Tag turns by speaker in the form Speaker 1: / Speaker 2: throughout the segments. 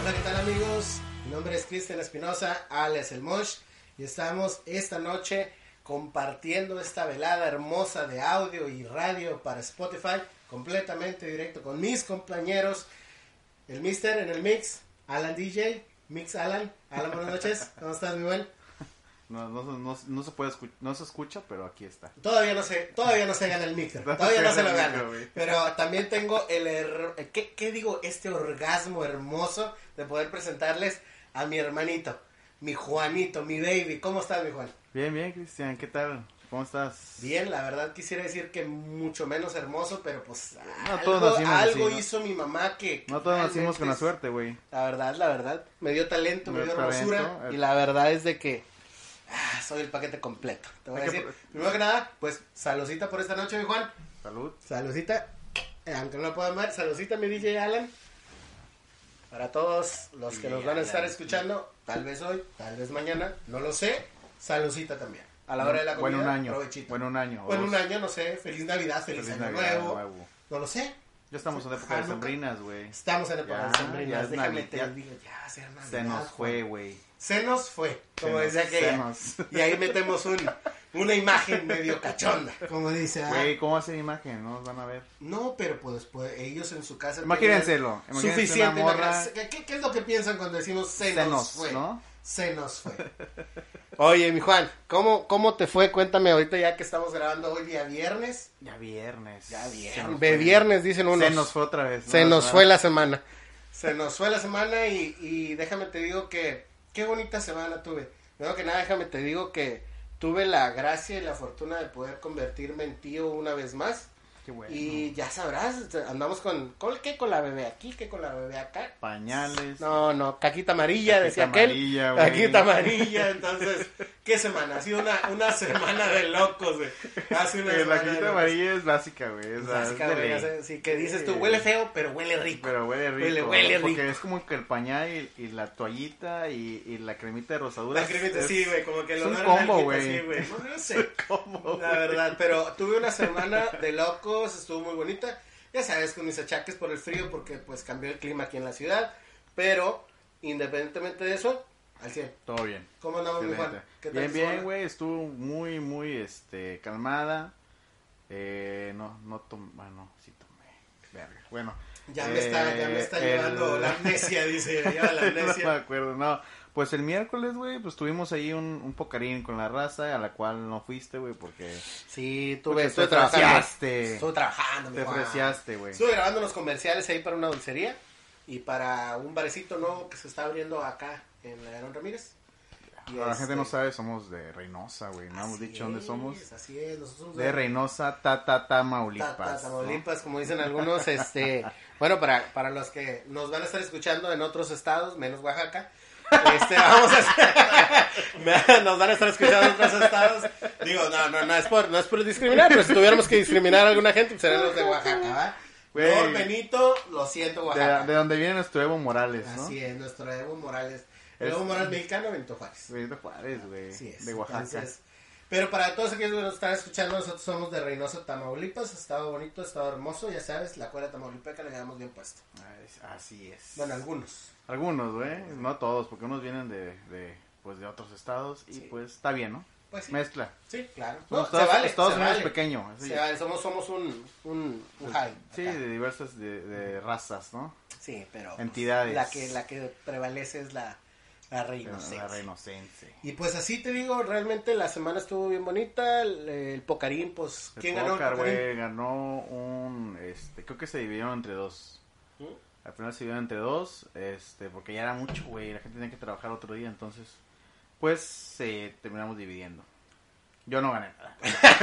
Speaker 1: Hola, ¿qué tal amigos? Mi nombre es Cristian Espinosa, alias El Mosh, y estamos esta noche compartiendo esta velada hermosa de audio y radio para Spotify, completamente directo con mis compañeros, el Mister en el mix, Alan DJ, Mix Alan. Alan, buenas noches, ¿cómo estás, mi buen?
Speaker 2: No, no, no, no se puede escu- no se escucha, pero aquí está.
Speaker 1: Todavía no sé, todavía no se gana el micro,
Speaker 2: No
Speaker 1: todavía
Speaker 2: se
Speaker 1: no se lo
Speaker 2: gana el
Speaker 1: gana.
Speaker 2: micro, güey.
Speaker 1: Pero también tengo el her- ¿qué, qué digo? Este orgasmo hermoso de poder presentarles a mi hermanito, mi Juanito, mi baby. ¿Cómo estás, mi Juan?
Speaker 2: Bien, bien, Cristian, ¿qué tal? ¿Cómo estás?
Speaker 1: Bien, la verdad quisiera decir que mucho menos hermoso, pero pues
Speaker 2: No, todos
Speaker 1: algo,
Speaker 2: nacimos así,
Speaker 1: algo
Speaker 2: ¿no?
Speaker 1: hizo mi mamá que... que
Speaker 2: No todos nacimos con
Speaker 1: realmente
Speaker 2: la
Speaker 1: es-
Speaker 2: suerte, güey.
Speaker 1: La verdad, la verdad, me dio talento, me,
Speaker 2: Me
Speaker 1: dio
Speaker 2: dio talento,
Speaker 1: hermosura
Speaker 2: eh.
Speaker 1: y la verdad es de que ah, soy el paquete completo. Te voy a
Speaker 2: Hay que
Speaker 1: decir,
Speaker 2: pro-
Speaker 1: primero que nada, pues saludcita por esta noche, mi Juan.
Speaker 2: Salud.
Speaker 1: Saludcita, eh, aunque no la puedan ver, saludcita mi DJ Alan. Para todos los que nos van a estar escuchando, tal vez hoy, tal vez mañana, no lo sé, saludcita también. A la hora de la comida,
Speaker 2: Mm, Bueno, un año.
Speaker 1: provechito.
Speaker 2: Bueno, un año. o
Speaker 1: Bueno,
Speaker 2: dos.
Speaker 1: un año, no sé, feliz Navidad, feliz,
Speaker 2: Feliz
Speaker 1: año
Speaker 2: Navidad,
Speaker 1: nuevo.
Speaker 2: nuevo.
Speaker 1: No lo sé.
Speaker 2: Ya estamos en época
Speaker 1: Ah,
Speaker 2: de
Speaker 1: no,
Speaker 2: sombrinas, güey.
Speaker 1: Estamos en la época
Speaker 2: Ya,
Speaker 1: de sombrinas,
Speaker 2: ya es
Speaker 1: déjame
Speaker 2: Navidad.
Speaker 1: te digo, ya se arma
Speaker 2: Se
Speaker 1: Navidad,
Speaker 2: nos fue,
Speaker 1: Juan.
Speaker 2: güey.
Speaker 1: Se nos fue, como
Speaker 2: Se nos-
Speaker 1: decía
Speaker 2: se
Speaker 1: aquella.
Speaker 2: nos-
Speaker 1: Y ahí metemos un, una imagen medio cachonda, como dice. ah.
Speaker 2: Güey, ¿cómo hace imagen? No nos van a ver.
Speaker 1: No, pero pues después ellos en su casa.
Speaker 2: Imagínenselo,
Speaker 1: tenían
Speaker 2: imagínense
Speaker 1: Suficiente.
Speaker 2: una
Speaker 1: imagina-
Speaker 2: morra.
Speaker 1: ¿Qué, qué es lo que piensan cuando decimos se,
Speaker 2: Se
Speaker 1: nos
Speaker 2: nos,
Speaker 1: fue?
Speaker 2: ¿no?
Speaker 1: Se nos fue. Oye, mi Juan, ¿cómo, ¿cómo te fue? Cuéntame ahorita ya que estamos grabando hoy día viernes.
Speaker 2: Ya viernes.
Speaker 1: Ya
Speaker 2: Se
Speaker 1: viernes.
Speaker 2: nos
Speaker 1: De
Speaker 2: fue.
Speaker 1: viernes dicen unos.
Speaker 2: Se nos fue otra vez. ¿no?
Speaker 1: Se nos
Speaker 2: Ah,
Speaker 1: fue la semana. Se nos fue la semana y, y déjame te digo que qué bonita semana tuve. Primero que nada, déjame te digo que tuve la gracia y la fortuna de poder convertirme en tío una vez más.
Speaker 2: Qué bueno.
Speaker 1: Y ya sabrás, este, andamos con, ¿con qué con la bebé aquí? ¿Qué con la bebé acá?
Speaker 2: Pañales.
Speaker 1: No, no, caquita amarilla,
Speaker 2: Caquita
Speaker 1: decía aquel.
Speaker 2: amarilla, güey.
Speaker 1: caquita amarilla, entonces, ¿qué semana? Ha sido una, una semana de locos, güey. Hace una
Speaker 2: Eh,
Speaker 1: semana
Speaker 2: la
Speaker 1: de
Speaker 2: cajita
Speaker 1: locos.
Speaker 2: amarilla es básica, güey.
Speaker 1: O
Speaker 2: Es,
Speaker 1: sea,
Speaker 2: la-
Speaker 1: es
Speaker 2: es
Speaker 1: que,
Speaker 2: de
Speaker 1: güey,
Speaker 2: ley.
Speaker 1: o sea, sí, que dices tú, huele feo, pero huele rico.
Speaker 2: Pero huele rico.
Speaker 1: Huele- huele
Speaker 2: porque
Speaker 1: rico.
Speaker 2: es como que el pañal y, y la toallita y, y la cremita de rosadura.
Speaker 1: La cremita,
Speaker 2: es-
Speaker 1: sí, güey, como que
Speaker 2: pues, es
Speaker 1: lo
Speaker 2: un
Speaker 1: olor a
Speaker 2: combo,
Speaker 1: nalguita,
Speaker 2: güey.
Speaker 1: sí, güey. No, no sé.
Speaker 2: ¿Cómo?
Speaker 1: La verdad, pero tuve una semana de locos, estuvo muy bonita. Ya sabes, con mis achaques por el frío, porque pues cambió el clima aquí en la ciudad. Pero, independientemente de eso, al 100.
Speaker 2: Todo bien.
Speaker 1: ¿Cómo andamos, mi Juan?
Speaker 2: Excelente.
Speaker 1: ¿Qué tal
Speaker 2: Bien,
Speaker 1: tu
Speaker 2: bien,
Speaker 1: semana?
Speaker 2: güey. Estuvo muy, muy este, calmada. Eh, no, no tomé. Bueno, sí tomé. Verga. Bueno.
Speaker 1: Ya me está, ya me está llevando la amnesia, dice. me Lleva la
Speaker 2: Eh, no me
Speaker 1: amnesia.
Speaker 2: acuerdo, no. Pues el miércoles, güey, pues tuvimos ahí un, un pocarín con la raza, a la cual no fuiste, güey, porque
Speaker 1: Sí,
Speaker 2: Porque
Speaker 1: tuve,
Speaker 2: te
Speaker 1: estuve trabajando.
Speaker 2: freciaste.
Speaker 1: Estuve trabajando, mi
Speaker 2: te
Speaker 1: Juan.
Speaker 2: freciaste, güey.
Speaker 1: Estuve grabando unos comerciales ahí para una dulcería y para un barecito nuevo que se está abriendo acá en la Aaron Ramírez. Y
Speaker 2: La
Speaker 1: este,
Speaker 2: gente no sabe, somos de Reynosa, güey. No hemos
Speaker 1: así
Speaker 2: dicho dónde
Speaker 1: es,
Speaker 2: somos.
Speaker 1: Así es, nosotros somos
Speaker 2: De Reynosa, ta, ta, ta, Maulipas.
Speaker 1: Ta- ta- Tamaulipas, como dicen algunos, este, bueno, para, para los que nos van a estar escuchando en otros estados, menos Oaxaca, este, vamos a, nos van a estar escuchando en otros estados, digo, no, no, no es por, no es por discriminar, pero si tuviéramos que discriminar a alguna gente, pues serían los de Oaxaca, ¿va?
Speaker 2: Güey.
Speaker 1: Lord Benito, lo siento,
Speaker 2: ¿no?
Speaker 1: Oaxaca.
Speaker 2: De, de donde viene nuestro Evo Morales, ¿no?
Speaker 1: Así es, nuestro Evo Morales. El
Speaker 2: Es-
Speaker 1: Evo Morales mexicano, Benito Juárez.
Speaker 2: Benito Juárez, güey.
Speaker 1: Así es.
Speaker 2: De Oaxaca.
Speaker 1: Entonces, pero para todos aquellos que nos están escuchando, nosotros somos de Reynosa, Tamaulipas. Estado bonito, estado hermoso. Ya sabes, la cuerda tamaulipeca la llevamos bien puesta.
Speaker 2: Ah, es- Así es.
Speaker 1: Bueno, algunos.
Speaker 2: Algunos, güey. No todos, porque unos vienen de, de, pues, de otros estados y
Speaker 1: Sí.
Speaker 2: pues está bien, ¿no?
Speaker 1: Pues sí,
Speaker 2: Mezcla.
Speaker 1: sí, claro. No,
Speaker 2: Somos
Speaker 1: se
Speaker 2: Estados,
Speaker 1: vale,
Speaker 2: Estados
Speaker 1: se
Speaker 2: Unidos
Speaker 1: vale.
Speaker 2: pequeño. así.
Speaker 1: Se vale, somos, somos un, un, un high.
Speaker 2: Sí,
Speaker 1: acá.
Speaker 2: de diversas de, de razas, ¿no?
Speaker 1: Sí, pero. pues,
Speaker 2: Entidades.
Speaker 1: La que, la que prevalece es la, la Reynosa.
Speaker 2: La Reinocense.
Speaker 1: Y pues así te digo, realmente la semana estuvo bien bonita. El, el Pocarín, pues,
Speaker 2: El
Speaker 1: ¿quién ganó?
Speaker 2: Pócar,
Speaker 1: el Pocarín?
Speaker 2: güey, ganó un, este, creo que se dividieron entre dos.
Speaker 1: ¿Mm?
Speaker 2: Al final se dividieron entre dos, este, porque ya era mucho, güey, la gente tenía que trabajar otro día, entonces, pues, eh, terminamos dividiendo. Yo no gané nada.
Speaker 1: Eso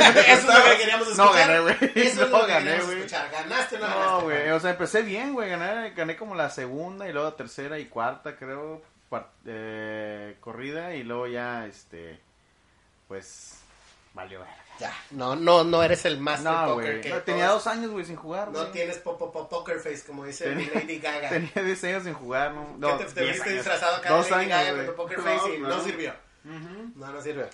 Speaker 1: es lo que queríamos escuchar.
Speaker 2: No gané, güey.
Speaker 1: Eso es
Speaker 2: No
Speaker 1: lo que
Speaker 2: gané,
Speaker 1: queríamos
Speaker 2: güey.
Speaker 1: escuchar. Ganaste o no ganaste.
Speaker 2: No, güey,
Speaker 1: Juan?
Speaker 2: o sea, empecé bien, güey, gané, gané como la segunda y luego la tercera y cuarta, creo, par- eh, corrida y luego ya, este, pues, valió verga.
Speaker 1: Ya, no, no, no eres el master
Speaker 2: No,
Speaker 1: poker
Speaker 2: güey,
Speaker 1: que
Speaker 2: no, tenía
Speaker 1: todos-
Speaker 2: dos años, güey, sin jugar,
Speaker 1: No
Speaker 2: güey.
Speaker 1: tienes po- po- po- poker face, como dice
Speaker 2: Tenía-
Speaker 1: Lady Gaga.
Speaker 2: Tenía 10 años sin jugar, ¿no?
Speaker 1: ¿Qué
Speaker 2: no
Speaker 1: te, te
Speaker 2: 10
Speaker 1: viste
Speaker 2: años.
Speaker 1: disfrazado acá de
Speaker 2: Dos
Speaker 1: Lady
Speaker 2: años,
Speaker 1: Gaga
Speaker 2: güey.
Speaker 1: con tu poker face y no,
Speaker 2: no.
Speaker 1: sirvió.
Speaker 2: Ujú.
Speaker 1: No, no sirve.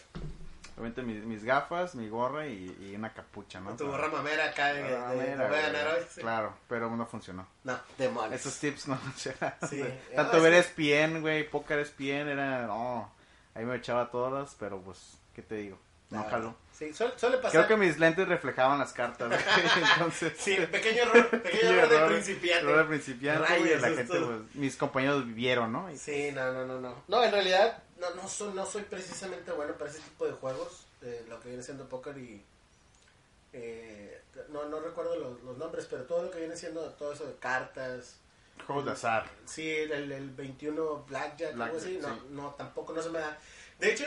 Speaker 2: Obviamente mis, mis gafas, mi gorra y, y una capucha, ¿no?
Speaker 1: Con tu
Speaker 2: Para-
Speaker 1: borra mamera acá de, de-
Speaker 2: para-
Speaker 1: de-
Speaker 2: mira,
Speaker 1: voy a ganar
Speaker 2: güey.
Speaker 1: hoy. Sí.
Speaker 2: Claro, pero no funcionó.
Speaker 1: No, demonios.
Speaker 2: Esos tips no funcionaron.
Speaker 1: Sí.
Speaker 2: güey.
Speaker 1: Ah,
Speaker 2: Tanto
Speaker 1: es
Speaker 2: ver
Speaker 1: que-
Speaker 2: ESPN, güey, póker ESPN, era... No, ahí me echaba todas, pero pues, ¿qué te digo? No
Speaker 1: Ah,
Speaker 2: jaló.
Speaker 1: Sí, suele, suele pasar.
Speaker 2: Creo que mis lentes reflejaban las cartas, güey, entonces...
Speaker 1: Sí, pequeño error, pequeño error de principiante.
Speaker 2: Error de principiante, güey,
Speaker 1: Rayos,
Speaker 2: la
Speaker 1: es
Speaker 2: gente,
Speaker 1: todo.
Speaker 2: pues, mis compañeros vieron, ¿no? Y-
Speaker 1: Sí, no, no, no, no. No, en realidad no, no, soy, no soy precisamente bueno para ese tipo de juegos, eh, lo que viene siendo póker y... eh, no, no recuerdo los, los nombres, pero todo lo que viene siendo todo eso de cartas.
Speaker 2: Juegos de azar.
Speaker 1: Sí, el, el 21 Blackjack, algo
Speaker 2: Blackjack,
Speaker 1: así. No,
Speaker 2: sí.
Speaker 1: no, tampoco no se me da. De hecho,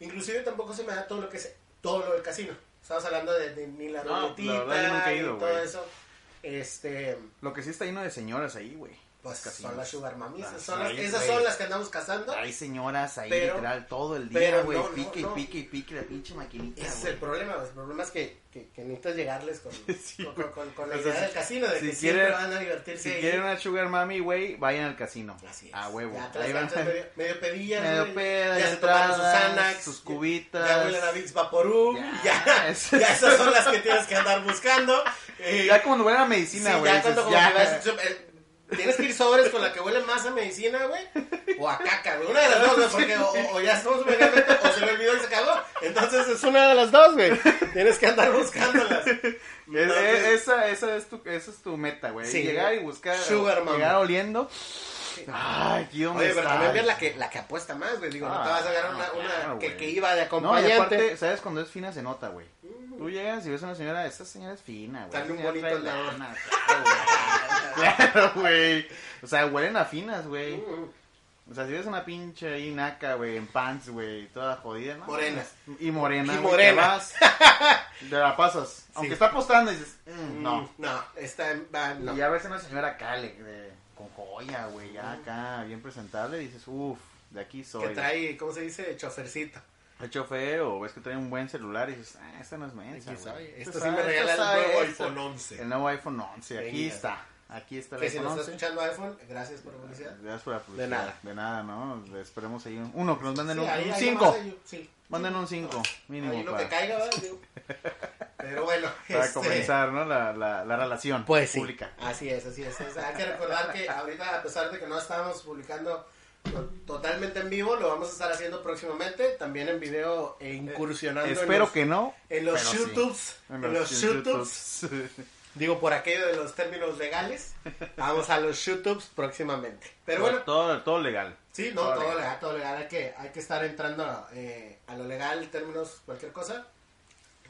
Speaker 1: inclusive tampoco se me da todo lo que es todo lo del casino. Estabas hablando de, de ni la
Speaker 2: No, la
Speaker 1: ruletita
Speaker 2: verdad, yo nunca he ido,
Speaker 1: y todo
Speaker 2: güey.
Speaker 1: eso. Este,
Speaker 2: Lo que sí está lleno de señoras ahí, güey.
Speaker 1: pues
Speaker 2: Casinos.
Speaker 1: son las sugar mamis,
Speaker 2: Las-
Speaker 1: son las-
Speaker 2: ahí,
Speaker 1: esas
Speaker 2: güey.
Speaker 1: son las que andamos cazando.
Speaker 2: Hay señoras ahí
Speaker 1: Pero-
Speaker 2: literal todo el día,
Speaker 1: pero
Speaker 2: güey.
Speaker 1: no, no,
Speaker 2: pique
Speaker 1: no.
Speaker 2: y pique y pique la pinche maquinita,
Speaker 1: Ese es
Speaker 2: güey.
Speaker 1: el problema, güey. el problema es que, que, que necesitas llegarles con,
Speaker 2: Sí,
Speaker 1: con,
Speaker 2: güey.
Speaker 1: con- con la
Speaker 2: O sea,
Speaker 1: idea
Speaker 2: si-
Speaker 1: del casino, de
Speaker 2: si
Speaker 1: que
Speaker 2: quieren-
Speaker 1: siempre van a divertirse
Speaker 2: Si
Speaker 1: ahí.
Speaker 2: quieren una sugar mami, güey, vayan al casino.
Speaker 1: Así es.
Speaker 2: A huevo.
Speaker 1: Ya, traes
Speaker 2: Ahí van.
Speaker 1: ganchos medio, medio pedillas,
Speaker 2: Medio
Speaker 1: güey.
Speaker 2: peda,
Speaker 1: ya
Speaker 2: ya
Speaker 1: se tomaron sus
Speaker 2: entradas,
Speaker 1: Xanax,
Speaker 2: sus
Speaker 1: ya-
Speaker 2: cubitas.
Speaker 1: Ya huelen a Vicks Vaporub, ya,
Speaker 2: Ya,
Speaker 1: ya,
Speaker 2: es-
Speaker 1: esas son las que tienes que andar buscando. Eh,
Speaker 2: Ya como huele a
Speaker 1: sí,
Speaker 2: medicina,
Speaker 1: ya
Speaker 2: güey. dices,
Speaker 1: cuando como
Speaker 2: ya.
Speaker 1: que vas- eh, tienes que ir sobres con la que huele más a medicina, güey, o a caca, güey, una de las dos, güey, porque o, o- o ya estamos vegamente o se me olvidó y se cagó, entonces es una de las dos, güey, tienes que andar buscándolas.
Speaker 2: Es-
Speaker 1: Entonces-
Speaker 2: es- esa, esa es tu, esa es tu meta, güey.
Speaker 1: Sí.
Speaker 2: Llegar y buscar.
Speaker 1: Sugar mami.
Speaker 2: llegar oliendo. Ay, aquí donde
Speaker 1: Oye, pero
Speaker 2: está.
Speaker 1: también ver la que, la que apuesta más, güey. Digo, no
Speaker 2: Ah,
Speaker 1: te vas a agarrar una,
Speaker 2: no,
Speaker 1: una
Speaker 2: claro,
Speaker 1: que,
Speaker 2: güey.
Speaker 1: que iba de
Speaker 2: No,
Speaker 1: acompañante.
Speaker 2: y aparte, ¿sabes? Cuando es fina se nota, güey. Tú llegas y ves a una señora, esa señora es fina, güey.
Speaker 1: Están
Speaker 2: Esa
Speaker 1: un
Speaker 2: señora
Speaker 1: bonito
Speaker 2: trae
Speaker 1: al lado.
Speaker 2: lana, güey. Claro, güey. O sea, huelen a finas,
Speaker 1: Mm.
Speaker 2: güey. O sea, si ves una pinche ahí naca, güey, en pants, güey, toda jodida, ¿no?
Speaker 1: Morena.
Speaker 2: Y morena.
Speaker 1: Y
Speaker 2: güey,
Speaker 1: morena.
Speaker 2: Te, vas, te la pasas. Aunque está apostando y dices, mm, no.
Speaker 1: no. No, está en- va, no.
Speaker 2: Y ya ves a una señora cale, de- con joya, güey, ya acá, bien presentable, y dices, uff, de aquí soy.
Speaker 1: que trae, ¿cómo se dice? Chofercito.
Speaker 2: El chofer, o ves que trae un buen celular y dices, ah, esta no es mensa,
Speaker 1: Quién
Speaker 2: güey.
Speaker 1: sabe,
Speaker 2: Esta
Speaker 1: Esto sí
Speaker 2: sabe,
Speaker 1: me
Speaker 2: esta
Speaker 1: regala el
Speaker 2: sabe,
Speaker 1: nuevo
Speaker 2: esta-
Speaker 1: iPhone 11.
Speaker 2: El nuevo iPhone 11, aquí
Speaker 1: Venga.
Speaker 2: está. Aquí está el
Speaker 1: Que si
Speaker 2: iPhone
Speaker 1: nos está
Speaker 2: 11.
Speaker 1: escuchando iPhone, gracias por la publicidad.
Speaker 2: Gracias por la publicidad.
Speaker 1: nada.
Speaker 2: De nada, ¿no? Le Esperemos ahí un- uno, que nos manden
Speaker 1: Sí, ahí-
Speaker 2: un
Speaker 1: ahí
Speaker 2: 5.
Speaker 1: nomás hay- sí.
Speaker 2: Manden un 5, mínimo.
Speaker 1: Ahí lo
Speaker 2: para,
Speaker 1: que caiga, ¿verdad? Digo. Pero bueno.
Speaker 2: para
Speaker 1: este,
Speaker 2: comenzar, ¿no? La, la, la relación
Speaker 1: Pues sí.
Speaker 2: pública.
Speaker 1: Así es, así es. O sea, hay que recordar que ahorita, a pesar de que no estábamos publicando to- totalmente en vivo, lo vamos a estar haciendo próximamente, también en video e incursionando en
Speaker 2: Espero
Speaker 1: los-
Speaker 2: que no.
Speaker 1: en los
Speaker 2: pero sí.
Speaker 1: YouTubes, en los, YouTubes,
Speaker 2: YouTubes.
Speaker 1: digo por aquello de los términos legales, vamos a los YouTubes próximamente. Pero bueno,
Speaker 2: Todo, todo legal.
Speaker 1: sí, no,
Speaker 2: todo
Speaker 1: todo
Speaker 2: legal.
Speaker 1: legal, todo legal, hay que, hay que estar entrando eh, a lo legal, términos, cualquier cosa.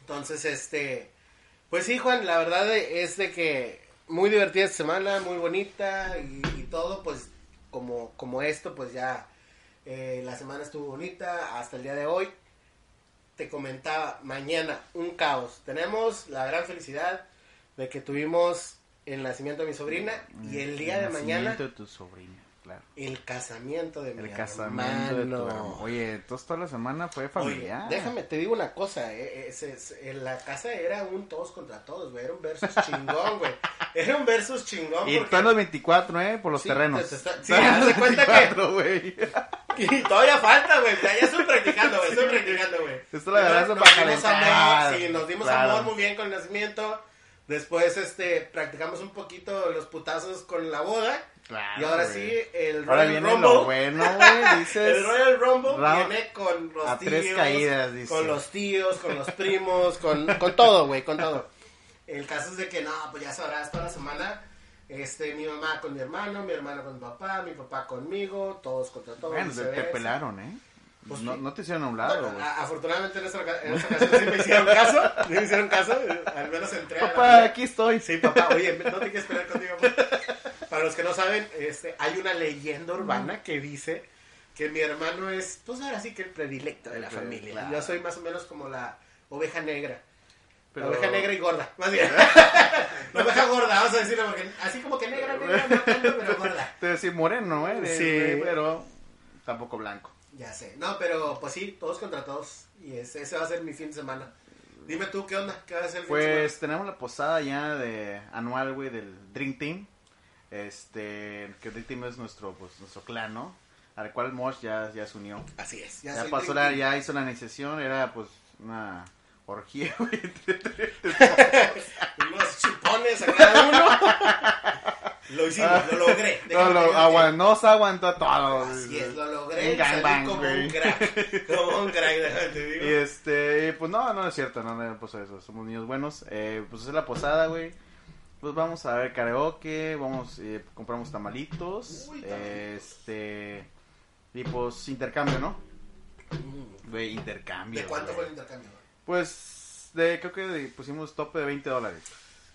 Speaker 1: Entonces, este, pues sí, Juan, la verdad de- es de que muy divertida esta semana, muy bonita y, y todo, pues como, como esto, pues ya eh, la semana estuvo bonita hasta el día de hoy. Te comentaba, mañana, un caos. Tenemos la gran felicidad de que tuvimos el nacimiento de mi sobrina y el día de mañana
Speaker 2: nacimiento de tu sobrina, claro.
Speaker 1: el casamiento de mi
Speaker 2: El casamiento de tu hermano. Oye, entonces toda la semana fue
Speaker 1: Oye,
Speaker 2: familiar.
Speaker 1: déjame, te digo una cosa, eh, eh, se- se- en la casa era un todos contra todos, güey, era un versus chingón, güey, era un versus chingón.
Speaker 2: Y
Speaker 1: porque-
Speaker 2: tú en los 24, ¿eh? Por los
Speaker 1: Sí,
Speaker 2: terrenos.
Speaker 1: te- te está- sí, haz de cuenta que-
Speaker 2: güey.
Speaker 1: Y todavía falta, güey, ya ya estoy practicando, güey, estoy practicando, güey.
Speaker 2: Esto la verdad es
Speaker 1: Nos-
Speaker 2: para
Speaker 1: nos dimos
Speaker 2: calentar,
Speaker 1: amor, sí, nos dimos
Speaker 2: claro.
Speaker 1: amor muy bien con el nacimiento, después, este, practicamos un poquito los putazos con la boda,
Speaker 2: Claro,
Speaker 1: y ahora
Speaker 2: güey.
Speaker 1: sí, el
Speaker 2: Ahora
Speaker 1: Royal
Speaker 2: viene
Speaker 1: Rumble.
Speaker 2: lo bueno, güey.
Speaker 1: El
Speaker 2: Dices.
Speaker 1: Royal Rumble
Speaker 2: Ra-
Speaker 1: viene con los
Speaker 2: a
Speaker 1: tíos.
Speaker 2: tres caídas, dice.
Speaker 1: Con los tíos, con los primos, con, con todo, güey, con todo. El caso es de que no, pues ya sabrás toda la semana. Este, mi mamá con mi hermano, mi hermano con mi papá, mi papá conmigo, todos contra todos.
Speaker 2: Bueno, te, te
Speaker 1: viceversa.
Speaker 2: pelaron, ¿eh?
Speaker 1: Pues
Speaker 2: no,
Speaker 1: sí.
Speaker 2: no te hicieron a un
Speaker 1: Bueno,
Speaker 2: lado, güey.
Speaker 1: a- afortunadamente en esta, oca- en esta ocasión sí me hicieron caso, sí me hicieron caso, eh, al menos entré a la
Speaker 2: Papá,
Speaker 1: pelea.
Speaker 2: aquí estoy.
Speaker 1: Sí, papá, oye, no te quieres pelear contigo. pa. Para los que no saben, este, hay una leyenda urbana que dice que mi hermano es, pues ahora sí que el predilecto de la
Speaker 2: Claro.
Speaker 1: familia. Yo soy más o menos como la oveja negra.
Speaker 2: Pero- ¿Eh?
Speaker 1: La oveja negra y gorda, más bien. la oveja gorda, vamos a decirlo, porque así como que negra, negra, no tanto, pero gorda.
Speaker 2: Te decía moreno, eres,
Speaker 1: Sí.
Speaker 2: güey, pero tampoco blanco.
Speaker 1: Ya sé. No, pero pues sí, todos contra todos. Y ese, ese va a ser mi fin de semana. Dime tú, ¿qué onda? ¿Qué va a ser el
Speaker 2: Pues tenemos la posada ya de anual, güey, del Dream Team. Este, que Dream Team es nuestro, pues, nuestro clan, ¿no? al cual Mosh ya, ya se unió.
Speaker 1: Así es.
Speaker 2: Ya,
Speaker 1: se
Speaker 2: pasó
Speaker 1: tiene-
Speaker 2: la, ya hizo la iniciación, era pues una orgía, güey.
Speaker 1: Unos chupones a cada uno. lo hicimos, lo logré.
Speaker 2: No,
Speaker 1: Déjame
Speaker 2: lo,
Speaker 1: decirte.
Speaker 2: agua- no se aguantó todo.
Speaker 1: Así es, lo
Speaker 2: Un
Speaker 1: logré. Salí
Speaker 2: gangbang,
Speaker 1: como
Speaker 2: güey.
Speaker 1: un crack. Como un crack, déjame te
Speaker 2: Y
Speaker 1: digo.
Speaker 2: este, pues no, no es cierto, no, no pasó eso, somos niños buenos. Eh, pues es la posada, güey. Pues vamos a ver karaoke, vamos, eh, compramos tamalitos,
Speaker 1: Uy,
Speaker 2: eh, este, y pues intercambio, ¿no?
Speaker 1: Mm.
Speaker 2: Güey, intercambio.
Speaker 1: ¿De cuánto
Speaker 2: güey.
Speaker 1: fue el intercambio?
Speaker 2: Pues, de, creo que de- pusimos tope de 20 dólares,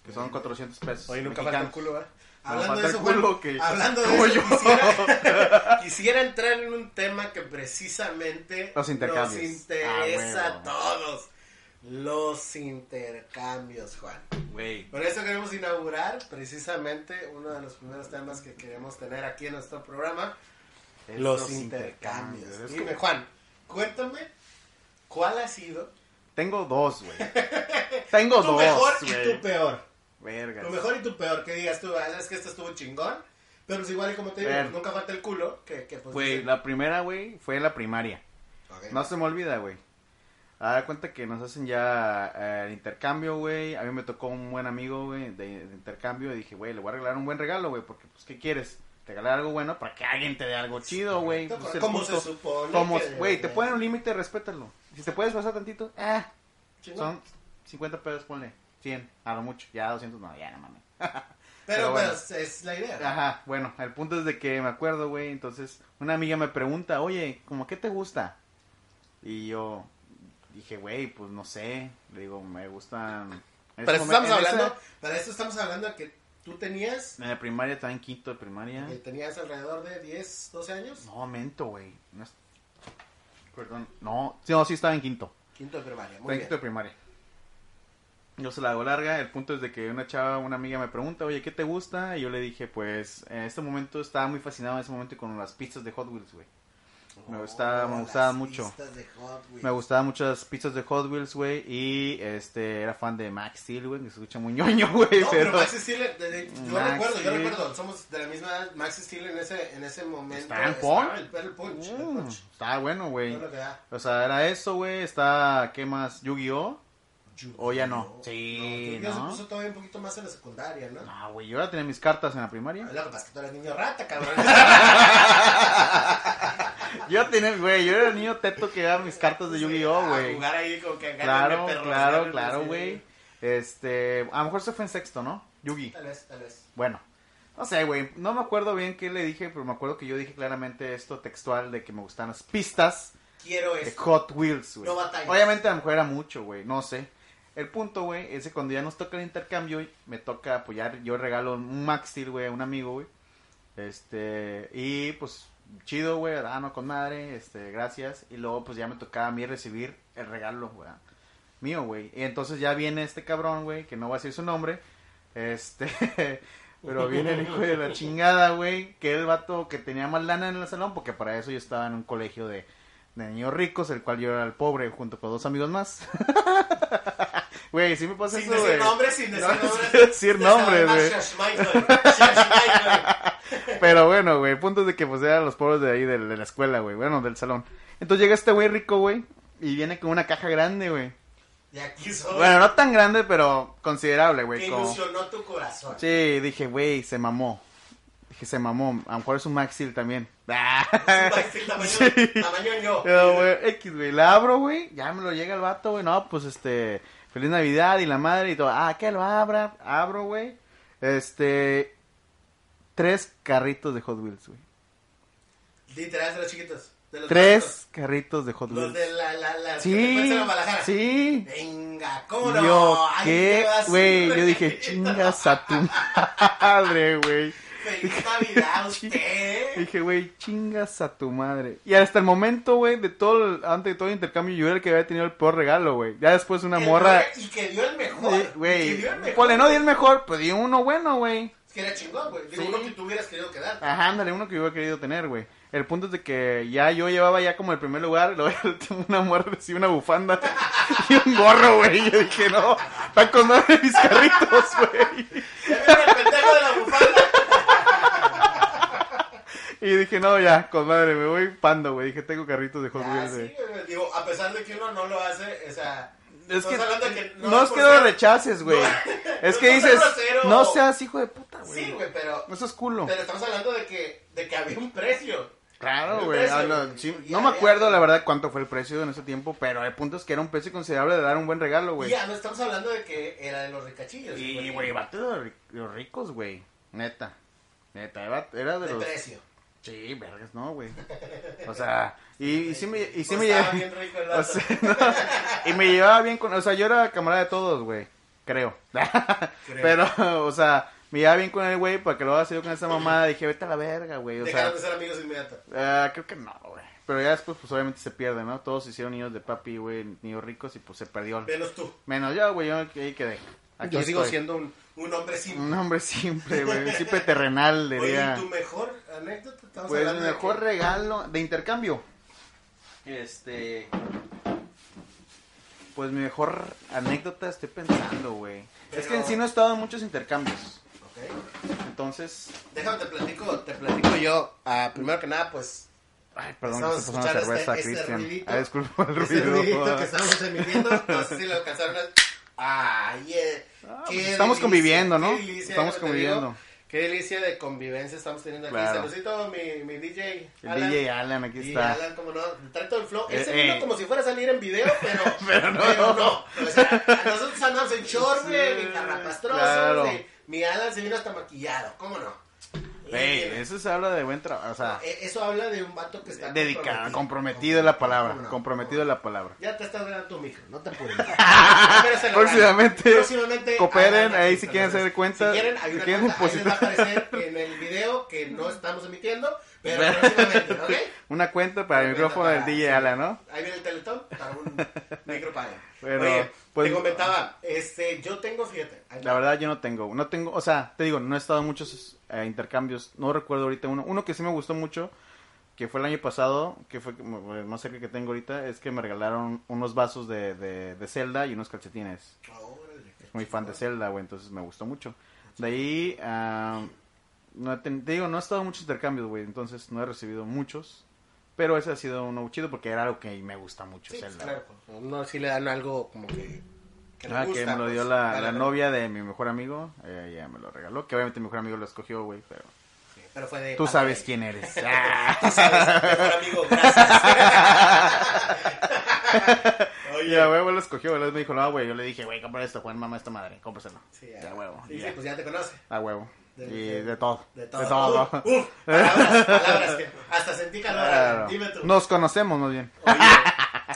Speaker 2: que son 400 pesos.
Speaker 3: Oye, nunca falta
Speaker 2: mexicanos.
Speaker 3: el culo, ¿eh?
Speaker 2: No,
Speaker 1: Hablando
Speaker 2: falta
Speaker 1: de
Speaker 2: el
Speaker 1: eso,
Speaker 2: culo
Speaker 1: Juan,
Speaker 2: que-
Speaker 1: hablando de
Speaker 2: como
Speaker 1: eso,
Speaker 2: yo.
Speaker 1: Quisiera, quisiera entrar en un tema que precisamente
Speaker 2: Los intercambios.
Speaker 1: nos interesa
Speaker 2: Ah,
Speaker 1: a
Speaker 2: huevo.
Speaker 1: todos. Los intercambios, Juan.
Speaker 2: Güey.
Speaker 1: Por eso queremos inaugurar precisamente uno de los primeros temas que queremos tener aquí en nuestro programa, los,
Speaker 2: esos
Speaker 1: intercambios.
Speaker 2: Es
Speaker 1: Dime,
Speaker 2: como-
Speaker 1: Juan, cuéntame cuál ha sido
Speaker 2: Tengo dos, güey. Tengo
Speaker 1: tu
Speaker 2: dos,
Speaker 1: mejor y
Speaker 2: güey.
Speaker 1: tu peor.
Speaker 2: Vergas.
Speaker 1: Tu mejor y tu peor, que digas tú, "Ah, es que esto estuvo chingón, pero pues igual y como te digo,
Speaker 2: Ver.
Speaker 1: pues nunca falta el culo, que, que pues...
Speaker 2: Güey,
Speaker 1: dicen-
Speaker 2: la primera, güey, fue en la primaria.
Speaker 1: Ok.
Speaker 2: No se me olvida, güey. A dar cuenta que nos hacen ya eh, el intercambio, güey. A mí me tocó un buen amigo, güey, de, de intercambio. Y dije, güey, le voy a regalar un buen regalo, güey. Porque, pues, ¿qué quieres? Regalar algo bueno para que alguien te dé algo chido, güey.
Speaker 1: Correcto,
Speaker 2: Pues, el
Speaker 1: como
Speaker 2: punto.
Speaker 1: se supone
Speaker 2: Como-
Speaker 1: que
Speaker 2: Güey, te
Speaker 1: debería.
Speaker 2: ponen un límite, respétalo. Si te puedes pasar tantito, ah,
Speaker 1: Chingón.
Speaker 2: son 50 pesos, ponle. 100, a lo mucho. Ya 200, no, ya no mames.
Speaker 1: Pero,
Speaker 2: pero
Speaker 1: pues,
Speaker 2: bueno.
Speaker 1: es la idea. ¿no?
Speaker 2: Ajá, bueno, el punto es de que me acuerdo, güey, entonces una amiga me pregunta, oye, ¿cómo qué te gusta? Y yo dije, güey, pues no sé, le digo, me gustan... en
Speaker 1: Para
Speaker 2: ese
Speaker 1: eso estamos
Speaker 2: momen- en
Speaker 1: hablando,
Speaker 2: ese-
Speaker 1: para eso estamos hablando de que tú tenías,
Speaker 2: En la primaria, estaba en quinto de primaria.
Speaker 1: eh, tenías alrededor de 10, 12 años,
Speaker 2: No, mento, güey. No es- Perdón, no, sí, no, sí estaba en quinto.
Speaker 1: quinto de primaria,
Speaker 2: Estaba
Speaker 1: muy
Speaker 2: en
Speaker 1: bien.
Speaker 2: quinto de primaria. Yo se la hago larga, el punto es de que una chava, una amiga me pregunta, oye, ¿qué te gusta? Y yo le dije, pues, en este momento estaba muy fascinado en ese momento con las pizzas de Hot Wheels, güey. Me gustaba- me
Speaker 1: Oh, las
Speaker 2: gustaba mucho.
Speaker 1: pistas de Hot Wheels.
Speaker 2: Me gustaban muchas pizzas de Hot Wheels, güey. Y este, era fan de Max Steel, güey. Que se escucha muy ñoño, güey.
Speaker 1: No, pero
Speaker 2: pero
Speaker 1: Max Steel, de- de- yo
Speaker 2: Max
Speaker 1: recuerdo, yo
Speaker 2: Steel.
Speaker 1: recuerdo, somos de la misma edad, Max Steel en ese, en ese momento
Speaker 2: Estaba en
Speaker 1: estaba
Speaker 2: Punch.
Speaker 1: el, el punch, el
Speaker 2: Mm,
Speaker 1: punch.
Speaker 2: estaba bueno, güey.
Speaker 1: Es lo que da.
Speaker 2: O sea, era eso, güey. Está, ¿qué más? Yu-Gi-Oh. O ya no.
Speaker 1: Sí,
Speaker 2: Sí,
Speaker 1: no.
Speaker 2: ¿no?
Speaker 1: se puso todavía un poquito más en la secundaria, ¿no?
Speaker 2: No, güey. Yo ahora tenía mis cartas en la
Speaker 1: Lo
Speaker 2: primaria.
Speaker 1: que pasa es que tú eres niño rata, cabrón.
Speaker 2: Yo tenía, güey. Yo era el niño teto que daba mis cartas de Yu-Gi-Oh,
Speaker 1: A
Speaker 2: güey.
Speaker 1: ah, jugar ahí como que
Speaker 2: Claro,
Speaker 1: agárrenme, perros,
Speaker 2: claro,
Speaker 1: agárrenme,
Speaker 2: claro,
Speaker 1: sí.
Speaker 2: güey. Este, a lo mejor se fue en sexto, ¿no? Yugi.
Speaker 1: Tal vez, tal vez.
Speaker 2: Bueno, no sé, güey. No me acuerdo bien qué le dije, pero me acuerdo que yo dije claramente esto textual de que me gustan las pistas
Speaker 1: Quiero
Speaker 2: de
Speaker 1: esto.
Speaker 2: Hot Wheels, güey.
Speaker 1: No batallas.
Speaker 2: Obviamente a lo mejor era mucho, güey. No sé. El punto, güey, es que cuando ya nos toca el intercambio, me toca apoyar. Yo regalo un Max Steel, güey, a un amigo, güey. Este, y pues chido, güey. Ah, no, con madre. Este, gracias. Y luego, pues ya me tocaba a mí recibir el regalo, güey. Mío, güey. Y entonces ya viene este cabrón, güey, que no voy a decir su nombre. Este, pero viene el hijo de la chingada, güey. Que el vato que tenía más lana en el salón, porque para eso yo estaba en un colegio de, de niños ricos, el cual yo era el pobre, junto con dos amigos más. Güey, sí me pasa
Speaker 1: Sin
Speaker 2: eso,
Speaker 1: decir
Speaker 2: güey.
Speaker 1: nombres, sin
Speaker 2: No,
Speaker 1: decir nombres.
Speaker 2: sin decir nombres, güey.
Speaker 1: Shash Michael. Shash Michael.
Speaker 2: Pero bueno, güey, el punto es de que pues eran los pobres de ahí, de, de la escuela, güey, bueno, del salón. Entonces llega este güey rico, güey, y viene con una caja grande, güey.
Speaker 1: Y aquí soy.
Speaker 2: Bueno, no tan grande, pero considerable,
Speaker 1: que
Speaker 2: güey. como-
Speaker 1: ilusionó tu corazón.
Speaker 2: Sí, dije, güey, se mamó. Dije, se mamó. A lo mejor es un Maxil también. Ah.
Speaker 1: Es un pastel tamaño,
Speaker 2: Sí.
Speaker 1: tamaño yo.
Speaker 2: Pero, güey, X, güey, la abro, güey, ya me lo llega el vato, güey, no, pues, este, feliz Navidad y la madre y todo, ah, que lo abra, abro, güey, este, tres carritos de Hot Wheels, güey,
Speaker 1: Literal, de los chiquitos. De los
Speaker 2: tres carritos de Hot
Speaker 1: baratos. Los
Speaker 2: Wheels.
Speaker 1: de la, la, la.
Speaker 2: Sí,
Speaker 1: la Guadalajara.
Speaker 2: sí.
Speaker 1: Venga, ¿cómo no?
Speaker 2: Yo,
Speaker 1: Ahí te
Speaker 2: ¿qué?
Speaker 1: vas.
Speaker 2: Güey, yo dije, chingas a tu madre, güey.
Speaker 1: Feliz Navidad a usted.
Speaker 2: Dije, güey, chingas a tu madre. Y hasta el momento, güey, de todo, el- antes de todo el intercambio, yo era el que había tenido el peor regalo, güey. Ya después una
Speaker 1: El
Speaker 2: morra...
Speaker 1: mejor Y que dio el mejor. y
Speaker 2: Sí,
Speaker 1: que dio el
Speaker 2: Güey,
Speaker 1: mejor.
Speaker 2: ¿cuál es? no di el mejor? Pues di uno bueno, güey.
Speaker 1: Es que era chingón, güey. Digo,
Speaker 2: Sí.
Speaker 1: uno que tú hubieras querido quedar.
Speaker 2: Ajá, ándale, uno que yo hubiera querido tener, güey. El punto es de que ya yo llevaba ya como el primer lugar, y luego el último, una morra recibió una bufanda y un gorro, güey. Yo dije, no, está con madre mis carritos, güey.
Speaker 1: Ya viene el pendejo de la bufanda.
Speaker 2: Y dije, no, ya, con madre, me voy pando, güey. Dije, tengo carritos de Hot
Speaker 1: Ah,
Speaker 2: Wheels,
Speaker 1: sí,
Speaker 2: Pues, güey.
Speaker 1: güey. Digo, a pesar de que uno no lo hace, o sea.
Speaker 2: Es
Speaker 1: estamos
Speaker 2: que
Speaker 1: Ah, hablando de
Speaker 2: no, es que lo rechaces, güey. Es que
Speaker 1: No seas
Speaker 2: dices,
Speaker 1: grosero.
Speaker 2: no seas hijo de puta, güey.
Speaker 1: Sí, güey, pero,
Speaker 2: Eso es culo.
Speaker 1: pero estamos hablando de que, de que había un precio.
Speaker 2: Claro,
Speaker 1: El
Speaker 2: güey.
Speaker 1: precio,
Speaker 2: ah, no,
Speaker 1: güey.
Speaker 2: sí,
Speaker 1: Ya,
Speaker 2: no me
Speaker 1: ya.
Speaker 2: acuerdo, la verdad, cuánto fue el precio en ese tiempo, pero el punto es que era un precio considerable de dar un buen regalo,
Speaker 1: Y
Speaker 2: güey.
Speaker 1: ya no estamos hablando de que era de los ricachillos.
Speaker 2: Y, Pues. güey, bate de los ri- los ricos, güey. Neta. Neta, era, era de
Speaker 1: De
Speaker 2: los...
Speaker 1: precio.
Speaker 2: Sí, vergas, no, güey. O sea, y, y sí me... Y sí
Speaker 1: O
Speaker 2: me
Speaker 1: Pues estaba
Speaker 2: lle-
Speaker 1: bien rico el
Speaker 2: o
Speaker 1: vato.
Speaker 2: sea, no, y me llevaba bien con... O sea, yo era camarada de todos, güey. Creo.
Speaker 1: Creo.
Speaker 2: Pero, o sea, me llevaba bien con el güey para que lo haya sido con esa mamada. Dije, vete a la verga, güey. O sea,
Speaker 1: Dejaron de ser amigos inmediatos.
Speaker 2: Ah, creo que no, güey. Pero ya después, pues obviamente se pierde, ¿no? Todos se hicieron niños de papi, güey, niños ricos y pues se perdió. el-
Speaker 1: Menos tú.
Speaker 2: Menos yo, güey, yo ahí quedé. Aquí
Speaker 1: Yo sigo
Speaker 2: estoy.
Speaker 1: siendo un, un hombre simple.
Speaker 2: un hombre simple, güey, simple terrenal,
Speaker 1: Oye,
Speaker 2: diría.
Speaker 1: ¿y tu mejor anécdota? Estamos
Speaker 2: Pues
Speaker 1: hablando de
Speaker 2: mejor
Speaker 1: que-
Speaker 2: regalo de intercambio. Este. Pues mi mejor anécdota estoy pensando, güey. Es que en
Speaker 1: Pero-
Speaker 2: sí no he estado en muchos intercambios.
Speaker 1: Ok.
Speaker 2: Entonces.
Speaker 1: Déjame, te platico, te platico yo. Ah, primero que nada, pues,
Speaker 2: Ay, perdón, me
Speaker 1: Estamos
Speaker 2: estoy pasando
Speaker 1: escuchando
Speaker 2: cerveza,
Speaker 1: este- este
Speaker 2: Cristian.
Speaker 1: ruidito.
Speaker 2: Ah, disculpa el
Speaker 1: ese
Speaker 2: ruido.
Speaker 1: ruidito que estamos emitiendo, no sé si lo alcanzaron a... ¡Ay, eh,
Speaker 2: Ah,
Speaker 1: qué
Speaker 2: pues estamos
Speaker 1: delicia,
Speaker 2: conviviendo, ¿no?
Speaker 1: qué delicia,
Speaker 2: Estamos
Speaker 1: déjame te digo,
Speaker 2: conviviendo.
Speaker 1: Qué delicia de convivencia estamos teniendo aquí.
Speaker 2: Claro.
Speaker 1: Saludcito, mi, mi DJ.
Speaker 2: El
Speaker 1: Alan.
Speaker 2: DJ Alan, aquí
Speaker 1: Y
Speaker 2: está.
Speaker 1: Alan, como no, trae todo el flow. Él
Speaker 2: Eh,
Speaker 1: se vino
Speaker 2: eh.
Speaker 1: como si fuera a salir en video, pero,
Speaker 2: Pero no.
Speaker 1: pero no. O sea, nosotros andamos en short, güey,
Speaker 2: Sí,
Speaker 1: en carrapastrosos.
Speaker 2: claro.
Speaker 1: güey. Mi Alan se vino hasta maquillado, ¿cómo no?
Speaker 2: Ey,
Speaker 1: Eh,
Speaker 2: eso se habla de buen trabajo, o sea,
Speaker 1: eh, Eso habla de un vato que está
Speaker 2: dedicado, comprometido es la palabra,
Speaker 1: ¿Cómo no?
Speaker 2: comprometido es la palabra.
Speaker 1: Ya te estás ganando tu micro, no te apures. Pero se lo
Speaker 2: Próximamente,
Speaker 1: ganan. Próximamente,
Speaker 2: cooperen,
Speaker 1: hagan
Speaker 2: ahí
Speaker 1: aquí,
Speaker 2: si quieren
Speaker 1: entonces,
Speaker 2: hacer cuenta,
Speaker 1: Si quieren, hay
Speaker 2: si
Speaker 1: una
Speaker 2: quieren
Speaker 1: cuenta, ahí les va a
Speaker 2: depositar.
Speaker 1: aparecer en el video que no estamos emitiendo, pero próximamente, ¿ok?
Speaker 2: Una cuenta para el
Speaker 1: Una
Speaker 2: micrófono
Speaker 1: cuenta para-
Speaker 2: del DJ Alan, ¿no?
Speaker 1: Ahí viene el teletón para un micropago.
Speaker 2: Pero,
Speaker 1: Oye,
Speaker 2: pues,
Speaker 1: te comentaba, este, yo tengo, fíjate, ahí
Speaker 2: La
Speaker 1: va.
Speaker 2: verdad yo no tengo, no tengo, o sea, te digo, no he estado en muchos eh, intercambios, no recuerdo ahorita uno, uno que sí me gustó mucho, que fue el año pasado, que fue como el más cerca que tengo ahorita, es que me regalaron unos vasos de, de, de Zelda y unos calcetines.
Speaker 1: Órale, qué
Speaker 2: muy fan de
Speaker 1: chingón.
Speaker 2: Zelda, güey, entonces me gustó mucho. De ahí, ah, no he ten- te digo, no he estado en muchos intercambios, güey, entonces no he recibido muchos. Pero ese ha sido uno chido porque era algo que me gusta mucho,
Speaker 1: Sí,
Speaker 2: Zelda.
Speaker 1: claro, pues, no, si le dan algo como que... que le
Speaker 2: Ah, que
Speaker 1: gusta,
Speaker 2: me lo
Speaker 1: pues,
Speaker 2: dio la,
Speaker 1: vale,
Speaker 2: la
Speaker 1: pero-
Speaker 2: novia de mi mejor amigo, eh, ella me lo regaló, que obviamente mi mejor amigo lo escogió, güey, pero
Speaker 1: sí, Pero fue de...
Speaker 2: tú
Speaker 1: parte
Speaker 2: sabes
Speaker 1: de-
Speaker 2: quién eres. Ah.
Speaker 1: Tú sabes, mejor amigo, gracias.
Speaker 2: Y a huevo lo escogió, güey, me dijo, no, güey, yo le dije, güey, compra esto, Juan, mamá, esta madre, cómpraselo.
Speaker 1: Sí,
Speaker 2: Ya, huevo,
Speaker 1: Sí, sí,
Speaker 2: ya.
Speaker 1: pues ya te conoce.
Speaker 2: A huevo.
Speaker 1: De-
Speaker 2: y
Speaker 1: de-
Speaker 2: de todo.
Speaker 1: De todo. Uf, uf, palabras, palabras que hasta sentí calor.
Speaker 2: Claro.
Speaker 1: Dime tú.
Speaker 2: Nos conocemos más bien.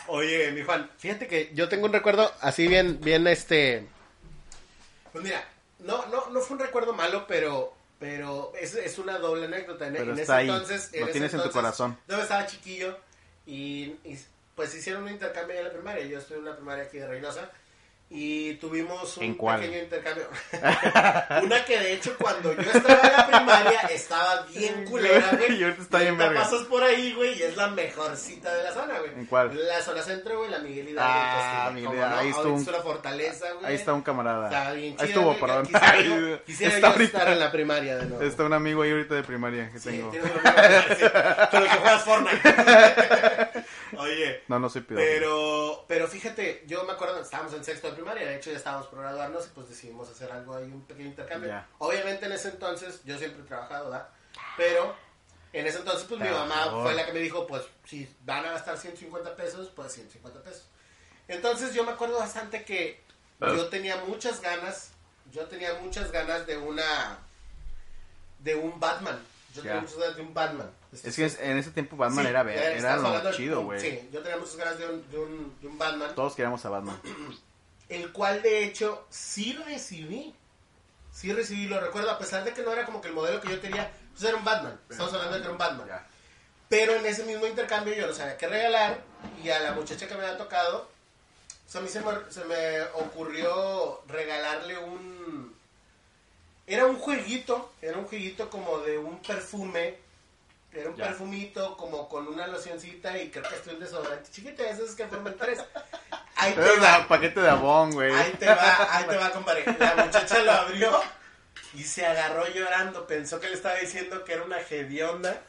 Speaker 1: Oye, oye, mi Juan, fíjate que yo tengo un recuerdo así bien, bien este. Pues mira, no, no, no fue un recuerdo malo, pero, pero es, es una doble anécdota. En,
Speaker 2: Pero
Speaker 1: en
Speaker 2: está
Speaker 1: ese
Speaker 2: ahí,
Speaker 1: entonces,
Speaker 2: lo
Speaker 1: ese
Speaker 2: tienes en tu
Speaker 1: entonces,
Speaker 2: corazón.
Speaker 1: Yo estaba chiquillo y, y, pues hicieron un intercambio en la primaria. Yo estoy en una primaria aquí de Reynosa y tuvimos un
Speaker 2: ¿En cuál?
Speaker 1: pequeño intercambio. una que de hecho cuando yo estaba en la primaria estaba bien culera, güey.
Speaker 2: Y ahorita está bien
Speaker 1: Ahorita
Speaker 2: verga.
Speaker 1: pasas por ahí, güey, y es la mejorcita de la zona, güey.
Speaker 2: ¿En cuál?
Speaker 1: La zona centro, güey, la Miguel Hidalgo.
Speaker 2: Ah,
Speaker 1: Castilla,
Speaker 2: Miguel
Speaker 1: ¿cómo
Speaker 2: Hidalgo,
Speaker 1: no?
Speaker 2: ahí estuvo
Speaker 1: Ahorita
Speaker 2: un-
Speaker 1: es una fortaleza, güey.
Speaker 2: Ahí está un camarada.
Speaker 1: Está bien chido,
Speaker 2: ahí estuvo,
Speaker 1: güey.
Speaker 2: perdón.
Speaker 1: Quisiera,
Speaker 2: Ahí
Speaker 1: yo, quisiera
Speaker 2: está,
Speaker 1: yo
Speaker 2: ahorita-
Speaker 1: estar en la primaria de nuevo.
Speaker 2: está un amigo ahí ahorita de primaria que
Speaker 1: Sí,
Speaker 2: tengo.
Speaker 1: tienes una primaria, sí, con el que juegas Fortnite. Oye,
Speaker 2: No, no soy pido.
Speaker 1: pero, pero fíjate, yo me acuerdo, estábamos en sexto de primaria, de hecho ya estábamos por graduarnos y pues decidimos hacer algo ahí, un pequeño intercambio.
Speaker 2: Ya.
Speaker 1: Obviamente en ese entonces, yo siempre he trabajado, ¿verdad? Pero en ese entonces pues mi mamá
Speaker 2: Trabajador.
Speaker 1: fue la que me dijo, pues si van a gastar 150 pesos, pues 150 pesos. Entonces yo me acuerdo bastante que yo tenía muchas ganas, yo tenía muchas ganas de una, de un Batman. Yo
Speaker 2: Ya.
Speaker 1: tenía muchas ganas de un Batman.
Speaker 2: Es que en ese tiempo Batman
Speaker 1: este- Sí,
Speaker 2: era, ver-
Speaker 1: eh,
Speaker 2: era
Speaker 1: estamos hablando
Speaker 2: lo
Speaker 1: de-
Speaker 2: chido,
Speaker 1: un-
Speaker 2: güey.
Speaker 1: Sí, yo tenía muchas ganas de un, de un, de un Batman,
Speaker 2: Todos queríamos a Batman.
Speaker 1: el cual de hecho sí recibí. Sí recibí, lo recuerdo, a pesar de que no era como que el modelo que yo quería, pues era un Batman. Estamos hablando de que era un Batman.
Speaker 2: Ya.
Speaker 1: Pero en ese mismo intercambio yo no sabía qué regalar y a la muchacha que me había tocado, o sea, a mí se me, se me ocurrió regalarle un... Era un jueguito, era un jueguito como de un perfume, era un
Speaker 2: Ya.
Speaker 1: perfumito como con una locioncita y creo que estoy un desodorante chiquita, eso es que forman tres. Ahí te
Speaker 2: Era
Speaker 1: va,
Speaker 2: un paquete de abón, güey.
Speaker 1: ahí te va, ahí te va, compadre. La muchacha lo abrió y se agarró llorando. Pensó que le estaba diciendo que era una hedionda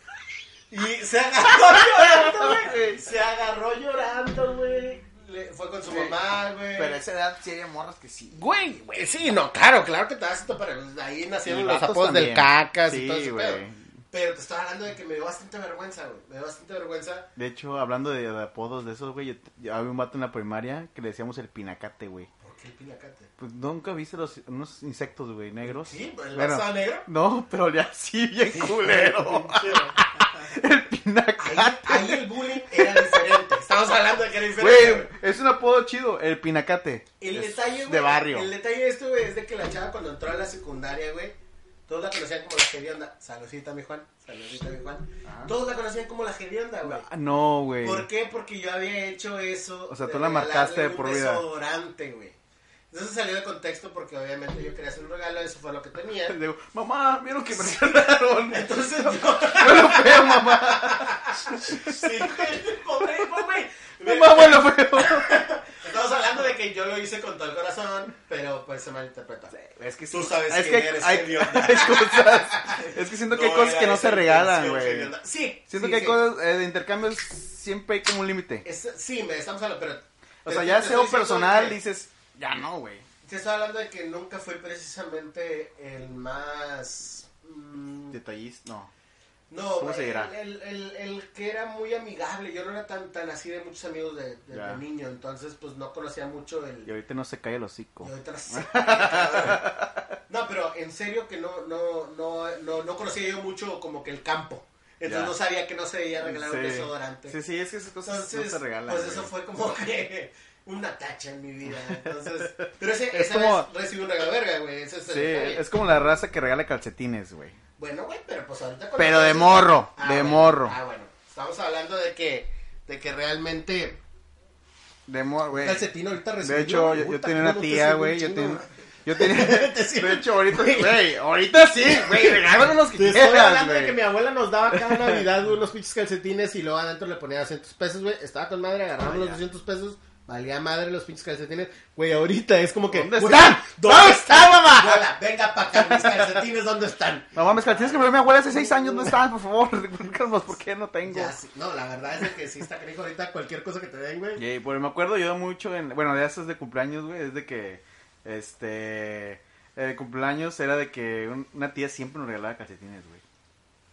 Speaker 1: Y se agarró llorando, güey. Se agarró llorando, güey. Le- Fue con su
Speaker 2: Sí.
Speaker 1: mamá, güey.
Speaker 2: Pero a esa edad sí había morras que sí.
Speaker 1: Güey, güey, sí, no, claro, claro que te das esto, pero pues, ahí nacieron
Speaker 2: Y
Speaker 1: los
Speaker 2: vatos
Speaker 1: apodos del
Speaker 2: también.
Speaker 1: cacas y
Speaker 2: Sí,
Speaker 1: todo ese
Speaker 2: güey.
Speaker 1: pedo. Pero te estoy hablando de que me dio bastante vergüenza, güey. Me dio bastante vergüenza.
Speaker 2: De hecho, hablando de, de apodos de esos, güey, yo, yo- había un vato en la primaria que le decíamos el pinacate, güey.
Speaker 1: ¿Por qué el pinacate?
Speaker 2: Pues nunca viste los, unos insectos, güey, negros.
Speaker 1: Sí, pues, el
Speaker 2: Bueno,
Speaker 1: vaso negro.
Speaker 2: No, pero le así bien culero. el
Speaker 1: Ahí,
Speaker 2: pinacate.
Speaker 1: ahí el bullying era diferente. Estamos hablando de que era diferente.
Speaker 2: Güey,
Speaker 1: güey.
Speaker 2: es un apodo chido, el pinacate.
Speaker 1: El
Speaker 2: Es
Speaker 1: detalle, güey.
Speaker 2: De barrio.
Speaker 1: El detalle de esto, güey, es de que la chava cuando entró a la secundaria, güey, todos la conocían como la gedionda. Saludcita, mi Juan. Saludcita, mi Juan.
Speaker 2: Ajá.
Speaker 1: Todos la conocían como la gedionda, güey.
Speaker 2: Ah, No, güey.
Speaker 1: ¿Por qué? Porque yo había hecho eso.
Speaker 2: O sea,
Speaker 1: de
Speaker 2: tú la
Speaker 1: regalarle
Speaker 2: marcaste de
Speaker 1: un
Speaker 2: por vida.
Speaker 1: desodorante, güey. Entonces salió de contexto porque obviamente yo quería hacer un regalo, eso fue lo que tenía.
Speaker 2: Le digo, mamá, mira lo que me regalaron.
Speaker 1: Entonces yo,
Speaker 2: Huele feo, mamá.
Speaker 1: sí, güey, pobre, pobre.
Speaker 2: Mamá, huele feo.
Speaker 1: Estamos hablando de que yo lo hice con todo el corazón, pero pues se malinterpretó.
Speaker 2: Es que sí.
Speaker 1: Tú sabes
Speaker 2: es
Speaker 1: quién
Speaker 2: que
Speaker 1: eres,
Speaker 2: hay,
Speaker 1: hedionda.
Speaker 2: hay cosas. Es que siento que hay cosas
Speaker 1: era
Speaker 2: que no
Speaker 1: esa
Speaker 2: se regalan,
Speaker 1: intención,
Speaker 2: güey.
Speaker 1: hedionda. Sí.
Speaker 2: Siento
Speaker 1: sí,
Speaker 2: que hay
Speaker 1: sí.
Speaker 2: cosas eh, de intercambios, siempre hay como un límite.
Speaker 1: Es- sí, me estamos hablando, pero...
Speaker 2: O
Speaker 1: te-
Speaker 2: sea,
Speaker 1: te
Speaker 2: ya
Speaker 1: estoy
Speaker 2: SEO
Speaker 1: diciendo
Speaker 2: personal,
Speaker 1: que-
Speaker 2: dices, ya no, güey.
Speaker 1: Te estoy hablando de que nunca fui precisamente el más... mm,
Speaker 2: Detallista, no.
Speaker 1: No,
Speaker 2: ¿Cómo se
Speaker 1: el,
Speaker 2: dirá?
Speaker 1: el, el- el que era muy amigable, yo no era tan, tan así de muchos amigos de, de-
Speaker 2: Ya.
Speaker 1: de niño, entonces pues no conocía mucho el...
Speaker 2: Y ahorita no se cae el hocico.
Speaker 1: y ahorita no sé. no, pero en serio que no, no, no, no, no conocía yo mucho como que el campo, entonces
Speaker 2: Ya.
Speaker 1: no sabía que no se debía regalar un
Speaker 2: Sí.
Speaker 1: desodorante.
Speaker 2: Sí, sí, es que esas cosas
Speaker 1: Entonces,
Speaker 2: no se regalan.
Speaker 1: pues eso
Speaker 2: güey.
Speaker 1: fue como que una tacha en mi vida, entonces... Pero ese,
Speaker 2: Es
Speaker 1: esa
Speaker 2: como-
Speaker 1: vez recibí un regalo verga, güey, ese es el
Speaker 2: Sí,
Speaker 1: detalle.
Speaker 2: es como la raza que regala calcetines, güey.
Speaker 1: Bueno, güey, pero pues ahorita cuando
Speaker 2: Pero de
Speaker 1: estás-
Speaker 2: morro, de
Speaker 1: bueno.
Speaker 2: morro.
Speaker 1: Ah, bueno. Estamos hablando de que de que realmente
Speaker 2: De mor, güey.
Speaker 1: calcetín ahorita recibió.
Speaker 2: De hecho, yo, yo
Speaker 1: Puta,
Speaker 2: tenía
Speaker 1: ¿cómo
Speaker 2: una
Speaker 1: no te
Speaker 2: tía,
Speaker 1: sirve
Speaker 2: güey.
Speaker 1: un
Speaker 2: Yo
Speaker 1: chingo?
Speaker 2: tenía. Yo tenía.
Speaker 1: Te sirve-
Speaker 2: De hecho, ahorita, güey. Ahorita sí, güey. Regálanos los que
Speaker 1: Te estoy
Speaker 2: quieras,
Speaker 1: hablando de que
Speaker 2: güey.
Speaker 1: mi abuela nos daba cada Navidad güey, unos pinches calcetines y luego adentro le ponía 200 pesos, güey. Estaba con madre, agarramos
Speaker 2: Ah,
Speaker 1: los
Speaker 2: ya.
Speaker 1: 200 pesos, valía madre los pinches calcetines. Güey, ahorita es como que...
Speaker 2: ¿Dónde
Speaker 1: "Güey,
Speaker 2: están? ¿Dónde están, mamá?
Speaker 1: Abuela, venga pa' acá, mis calcetines, ¿dónde están?
Speaker 2: No mames, calcetines que me dio mi abuela hace seis años. No estaban, por favor. Recuérdanos por qué no tengo.
Speaker 1: Ya, sí. No, la verdad es que sí está canijo ahorita cualquier cosa que te den, güey.
Speaker 2: Y pues me acuerdo yo mucho en, bueno, de esas de cumpleaños, güey, es de que, este, el cumpleaños era de que un- una tía siempre nos regalaba calcetines, güey.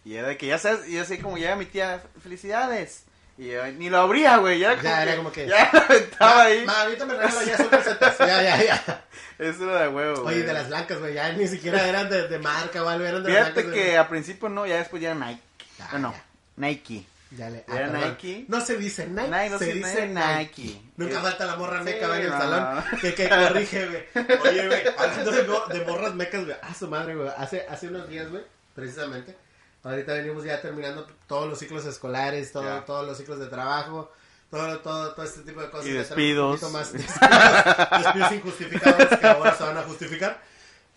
Speaker 2: Y era de que, ya sabes, y así como llega mi tía, felicidades. Y yo ni lo abría, güey, ya era como,
Speaker 1: Ya,
Speaker 2: que,
Speaker 1: era como que-
Speaker 2: ya lo aventaba ahí.
Speaker 1: Ma, ahorita me regalo ya son calcetas. Ya, ya, ya.
Speaker 2: Eso era de
Speaker 1: Oye,
Speaker 2: huevo, güey.
Speaker 1: de las blancas, güey. Ya ni siquiera eran de, de marca o algo. Eran de las
Speaker 2: Fíjate
Speaker 1: blancas.
Speaker 2: que
Speaker 1: güey.
Speaker 2: a principio no, ya después ya era Nike.
Speaker 1: Ah,
Speaker 2: bueno,
Speaker 1: ya.
Speaker 2: Nike.
Speaker 1: Ya le- ah,
Speaker 2: era
Speaker 1: perdón.
Speaker 2: Nike.
Speaker 1: No se dice Nike.
Speaker 2: Nike, no
Speaker 1: ¿Eh? se,
Speaker 2: se
Speaker 1: dice
Speaker 2: Nike.
Speaker 1: Nike. Nunca
Speaker 2: Eh,
Speaker 1: falta la morra
Speaker 2: sí,
Speaker 1: meca, güey, en el
Speaker 2: no.
Speaker 1: salón. Que, que corrige, güey. Oye, güey. Hablando de, mor- de morras mecas, güey. A su madre, güey. Hace, hace unos días, güey. Precisamente. Ahorita venimos ya terminando todos los ciclos escolares, todo,
Speaker 2: Ya.
Speaker 1: todos los ciclos de trabajo. Todo, todo, todo este tipo de cosas.
Speaker 2: Y
Speaker 1: Ya tenemos un
Speaker 2: despidos.
Speaker 1: poquito más despidos, despidos injustificados que ahora se van a justificar.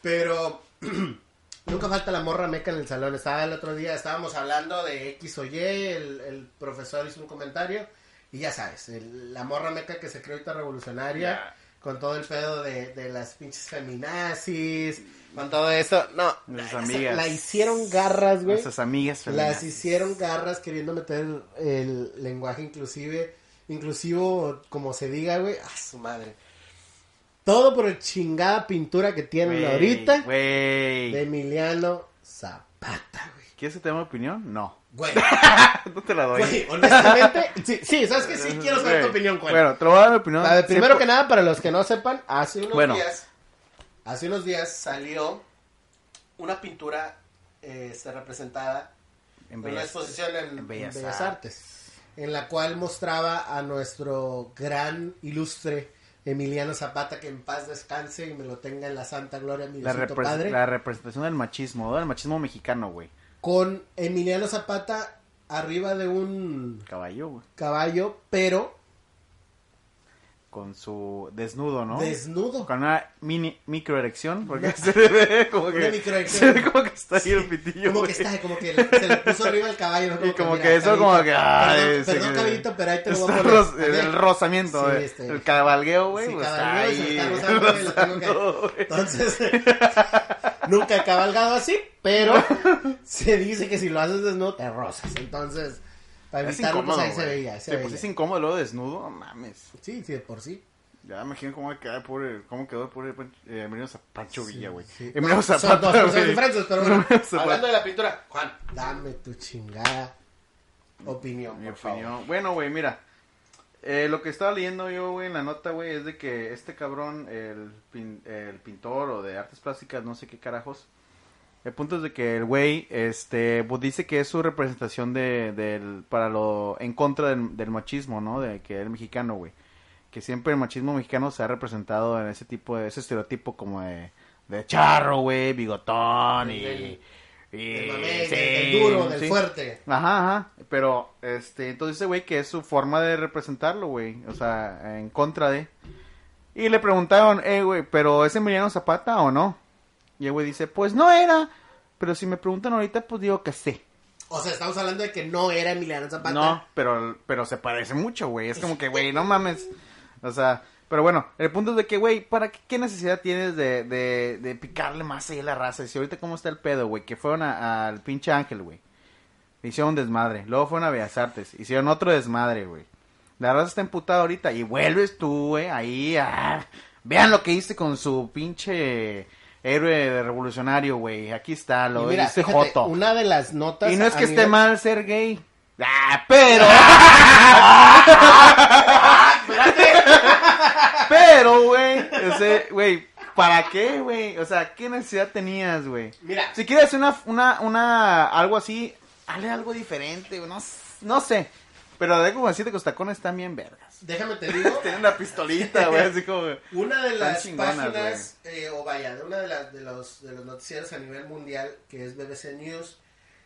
Speaker 1: Pero Nunca falta la morra meca en el salón. Estaba el otro día, estábamos hablando de X o Y, el, el profesor hizo un comentario y ya sabes, el- la morra meca que se creó ahorita revolucionaria
Speaker 2: Ya.
Speaker 1: con todo el pedo de, de las pinches feminazis, con todo eso. No,
Speaker 2: Nuestras
Speaker 1: la-
Speaker 2: Mm. amigas.
Speaker 1: La hicieron garras, güey.
Speaker 2: Nuestras amigas
Speaker 1: Las
Speaker 2: femeninas.
Speaker 1: hicieron garras queriendo meter el lenguaje inclusive, inclusivo, como se diga, güey. A su madre. Todo por el chingada pintura que tienen
Speaker 2: Güey,
Speaker 1: ahorita
Speaker 2: Güey.
Speaker 1: de Emiliano Zapata, güey.
Speaker 2: ¿Quieres que te dé mi opinión? No.
Speaker 1: Güey,
Speaker 2: No te la doy.
Speaker 1: güey, honestamente, sí, sí, sabes Pues que sí quiero saber tu
Speaker 2: Güey,
Speaker 1: opinión, güey.
Speaker 2: Bueno, te lo voy a dar mi opinión.
Speaker 1: A ver, primero
Speaker 2: Sí, pues
Speaker 1: que nada, para los que no sepan, hace unos
Speaker 2: Bueno.
Speaker 1: días, hace unos días salió una pintura eh, este, representada
Speaker 2: en
Speaker 1: en una
Speaker 2: bellas-
Speaker 1: exposición en,
Speaker 2: en Bellas
Speaker 1: en Bellas Artes, en la cual mostraba a nuestro gran ilustre Emiliano Zapata, que en paz descanse y me lo tenga en la santa gloria, mi
Speaker 2: la,
Speaker 1: Diosito
Speaker 2: repres-
Speaker 1: padre.
Speaker 2: la representación del machismo, del machismo mexicano, güey.
Speaker 1: con Emiliano Zapata arriba de un
Speaker 2: Caballo, güey.
Speaker 1: caballo, pero
Speaker 2: Con su desnudo, ¿no?
Speaker 1: desnudo.
Speaker 2: Con una mini microerección, porque se le ve como
Speaker 1: Una
Speaker 2: que,
Speaker 1: microerección.
Speaker 2: se ve como que está ahí el
Speaker 1: Sí,
Speaker 2: pitillo,
Speaker 1: Como que
Speaker 2: güey.
Speaker 1: está, como que se le puso arriba el caballo. ¿no?
Speaker 2: Y como que eso,
Speaker 1: caballito,
Speaker 2: como que, ay,
Speaker 1: perdón,
Speaker 2: se-
Speaker 1: perdón, caballito, pero ahí te lo voy a
Speaker 2: está
Speaker 1: poner.
Speaker 2: ros-
Speaker 1: A ver.
Speaker 2: el rozamiento,
Speaker 1: Sí,
Speaker 2: güey.
Speaker 1: este-
Speaker 2: el cabalgueo, güey,
Speaker 1: Sí,
Speaker 2: pues, está
Speaker 1: cabalgueo, se
Speaker 2: ahí
Speaker 1: está rozando, güey, lo tengo que-
Speaker 2: rozando, güey.
Speaker 1: Entonces, Nunca he cabalgado así, pero se dice que si lo haces desnudo te rozas. Entonces, para
Speaker 2: Es
Speaker 1: evitarlo, pues
Speaker 2: incómodo,
Speaker 1: ahí se
Speaker 2: güey.
Speaker 1: veía. Se
Speaker 2: Sí,
Speaker 1: veía.
Speaker 2: pues es incómodo luego desnudo, no mames.
Speaker 1: Sí, sí, de por sí.
Speaker 2: Ya me imagino cómo va a quedar por el, cómo quedó por el Pan- eh, Emiliano Zapacho Villa, güey.
Speaker 1: sí.
Speaker 2: Emiliano
Speaker 1: Son
Speaker 2: Zapata,
Speaker 1: dos personas
Speaker 2: güey.
Speaker 1: diferentes, pero bueno.
Speaker 2: Emiliano Zapata.
Speaker 3: Hablando de la pintura, Juan.
Speaker 1: Dame tu chingada opinión,
Speaker 2: Mi
Speaker 1: por
Speaker 2: opinión.
Speaker 1: favor.
Speaker 2: Bueno, güey, mira. Eh, lo que estaba leyendo yo, güey, en la nota, güey, es de que este cabrón, el, pin- el pintor o de artes plásticas, no sé qué carajos. El punto es de que el güey, este, pues dice que es su representación de, del, para lo, en contra del, del machismo, ¿no? De que el mexicano, güey. Que siempre el machismo mexicano se ha representado en ese tipo de, ese estereotipo como de, de charro, güey, bigotón y...
Speaker 1: Del-
Speaker 2: y-
Speaker 1: Del mamey,
Speaker 2: Eh, sí,
Speaker 1: del, del duro, del
Speaker 2: sí.
Speaker 1: fuerte.
Speaker 2: Ajá, ajá. Pero, este, entonces ese güey que es su forma de representarlo, güey. O sea, en contra de. Y le preguntaron, eh, güey, ¿pero es Emiliano Zapata o no? Y el güey dice, pues no era. Pero si me preguntan ahorita, pues digo que sí.
Speaker 1: O sea, estamos hablando de que no era Emiliano Zapata.
Speaker 2: No, pero, pero se parece mucho, güey. Es como que, güey, no mames. O sea, pero bueno, el punto es de que, güey, ¿para qué, qué necesidad tienes de, de, de picarle más ahí a la raza? Si ahorita cómo está el pedo, güey, que fueron a- al pinche ángel, güey. Hicieron un desmadre. Luego fueron a Bellas Artes. Hicieron otro desmadre, güey. La raza está emputada ahorita. Y vuelves tú, güey, ahí. ah. Vean lo que hice con su pinche héroe revolucionario, güey. Aquí está,
Speaker 1: Y
Speaker 2: lo
Speaker 1: mira,
Speaker 2: hice
Speaker 1: fíjate,
Speaker 2: Joto.
Speaker 1: una de las notas.
Speaker 2: Y no es
Speaker 1: a
Speaker 2: que esté
Speaker 1: nivel-
Speaker 2: mal ser gay. Ah, pero. pero, güey. O sea, güey, ¿para qué, güey? O sea, ¿qué necesidad tenías, güey?
Speaker 1: Mira.
Speaker 2: Si quieres hacer una, una, una, algo así, hazle algo diferente, güey. No, s- no sé. Pero de como decirte que los tacones están bien vergas.
Speaker 1: Déjame te digo.
Speaker 2: Tienen una pistolita, güey, así como.
Speaker 1: Una de
Speaker 2: Están
Speaker 1: las
Speaker 2: chingonas,
Speaker 1: páginas, eh, o vaya, de una de las de los, de los noticieros a nivel mundial, que es BBC News,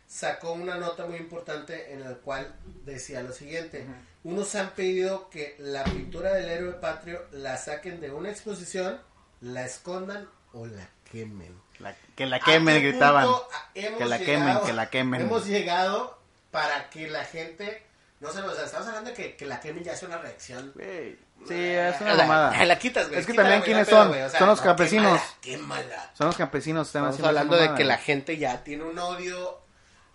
Speaker 1: sacó una nota muy importante en la cual decía lo siguiente. Unos han pedido que la pintura del héroe patrio la saquen de una exposición, la escondan o la quemen.
Speaker 2: la- que la
Speaker 1: ¿A
Speaker 2: quemen,
Speaker 1: qué
Speaker 2: gritaban.
Speaker 1: punto Ah. a- hemos
Speaker 2: Que la
Speaker 1: llegado-
Speaker 2: quemen, que la quemen.
Speaker 1: Hemos llegado para que la gente, no se nos estamos hablando de que, que la quemen ya es una reacción
Speaker 2: Güey, Sí, es una
Speaker 1: o sea,
Speaker 2: mamada.
Speaker 1: La quitas, güey.
Speaker 2: Es que
Speaker 1: Quítala,
Speaker 2: también
Speaker 1: güey,
Speaker 2: quiénes
Speaker 1: no hay pedo,
Speaker 2: son.
Speaker 1: güey, o sea,
Speaker 2: Son los
Speaker 1: no,
Speaker 2: campesinos.
Speaker 1: Quémala, quémala.
Speaker 2: Son los campesinos. Están
Speaker 1: Estamos
Speaker 2: haciendo esa
Speaker 1: hablando de
Speaker 2: mamada,
Speaker 1: que la
Speaker 2: güey.
Speaker 1: gente ya tiene un odio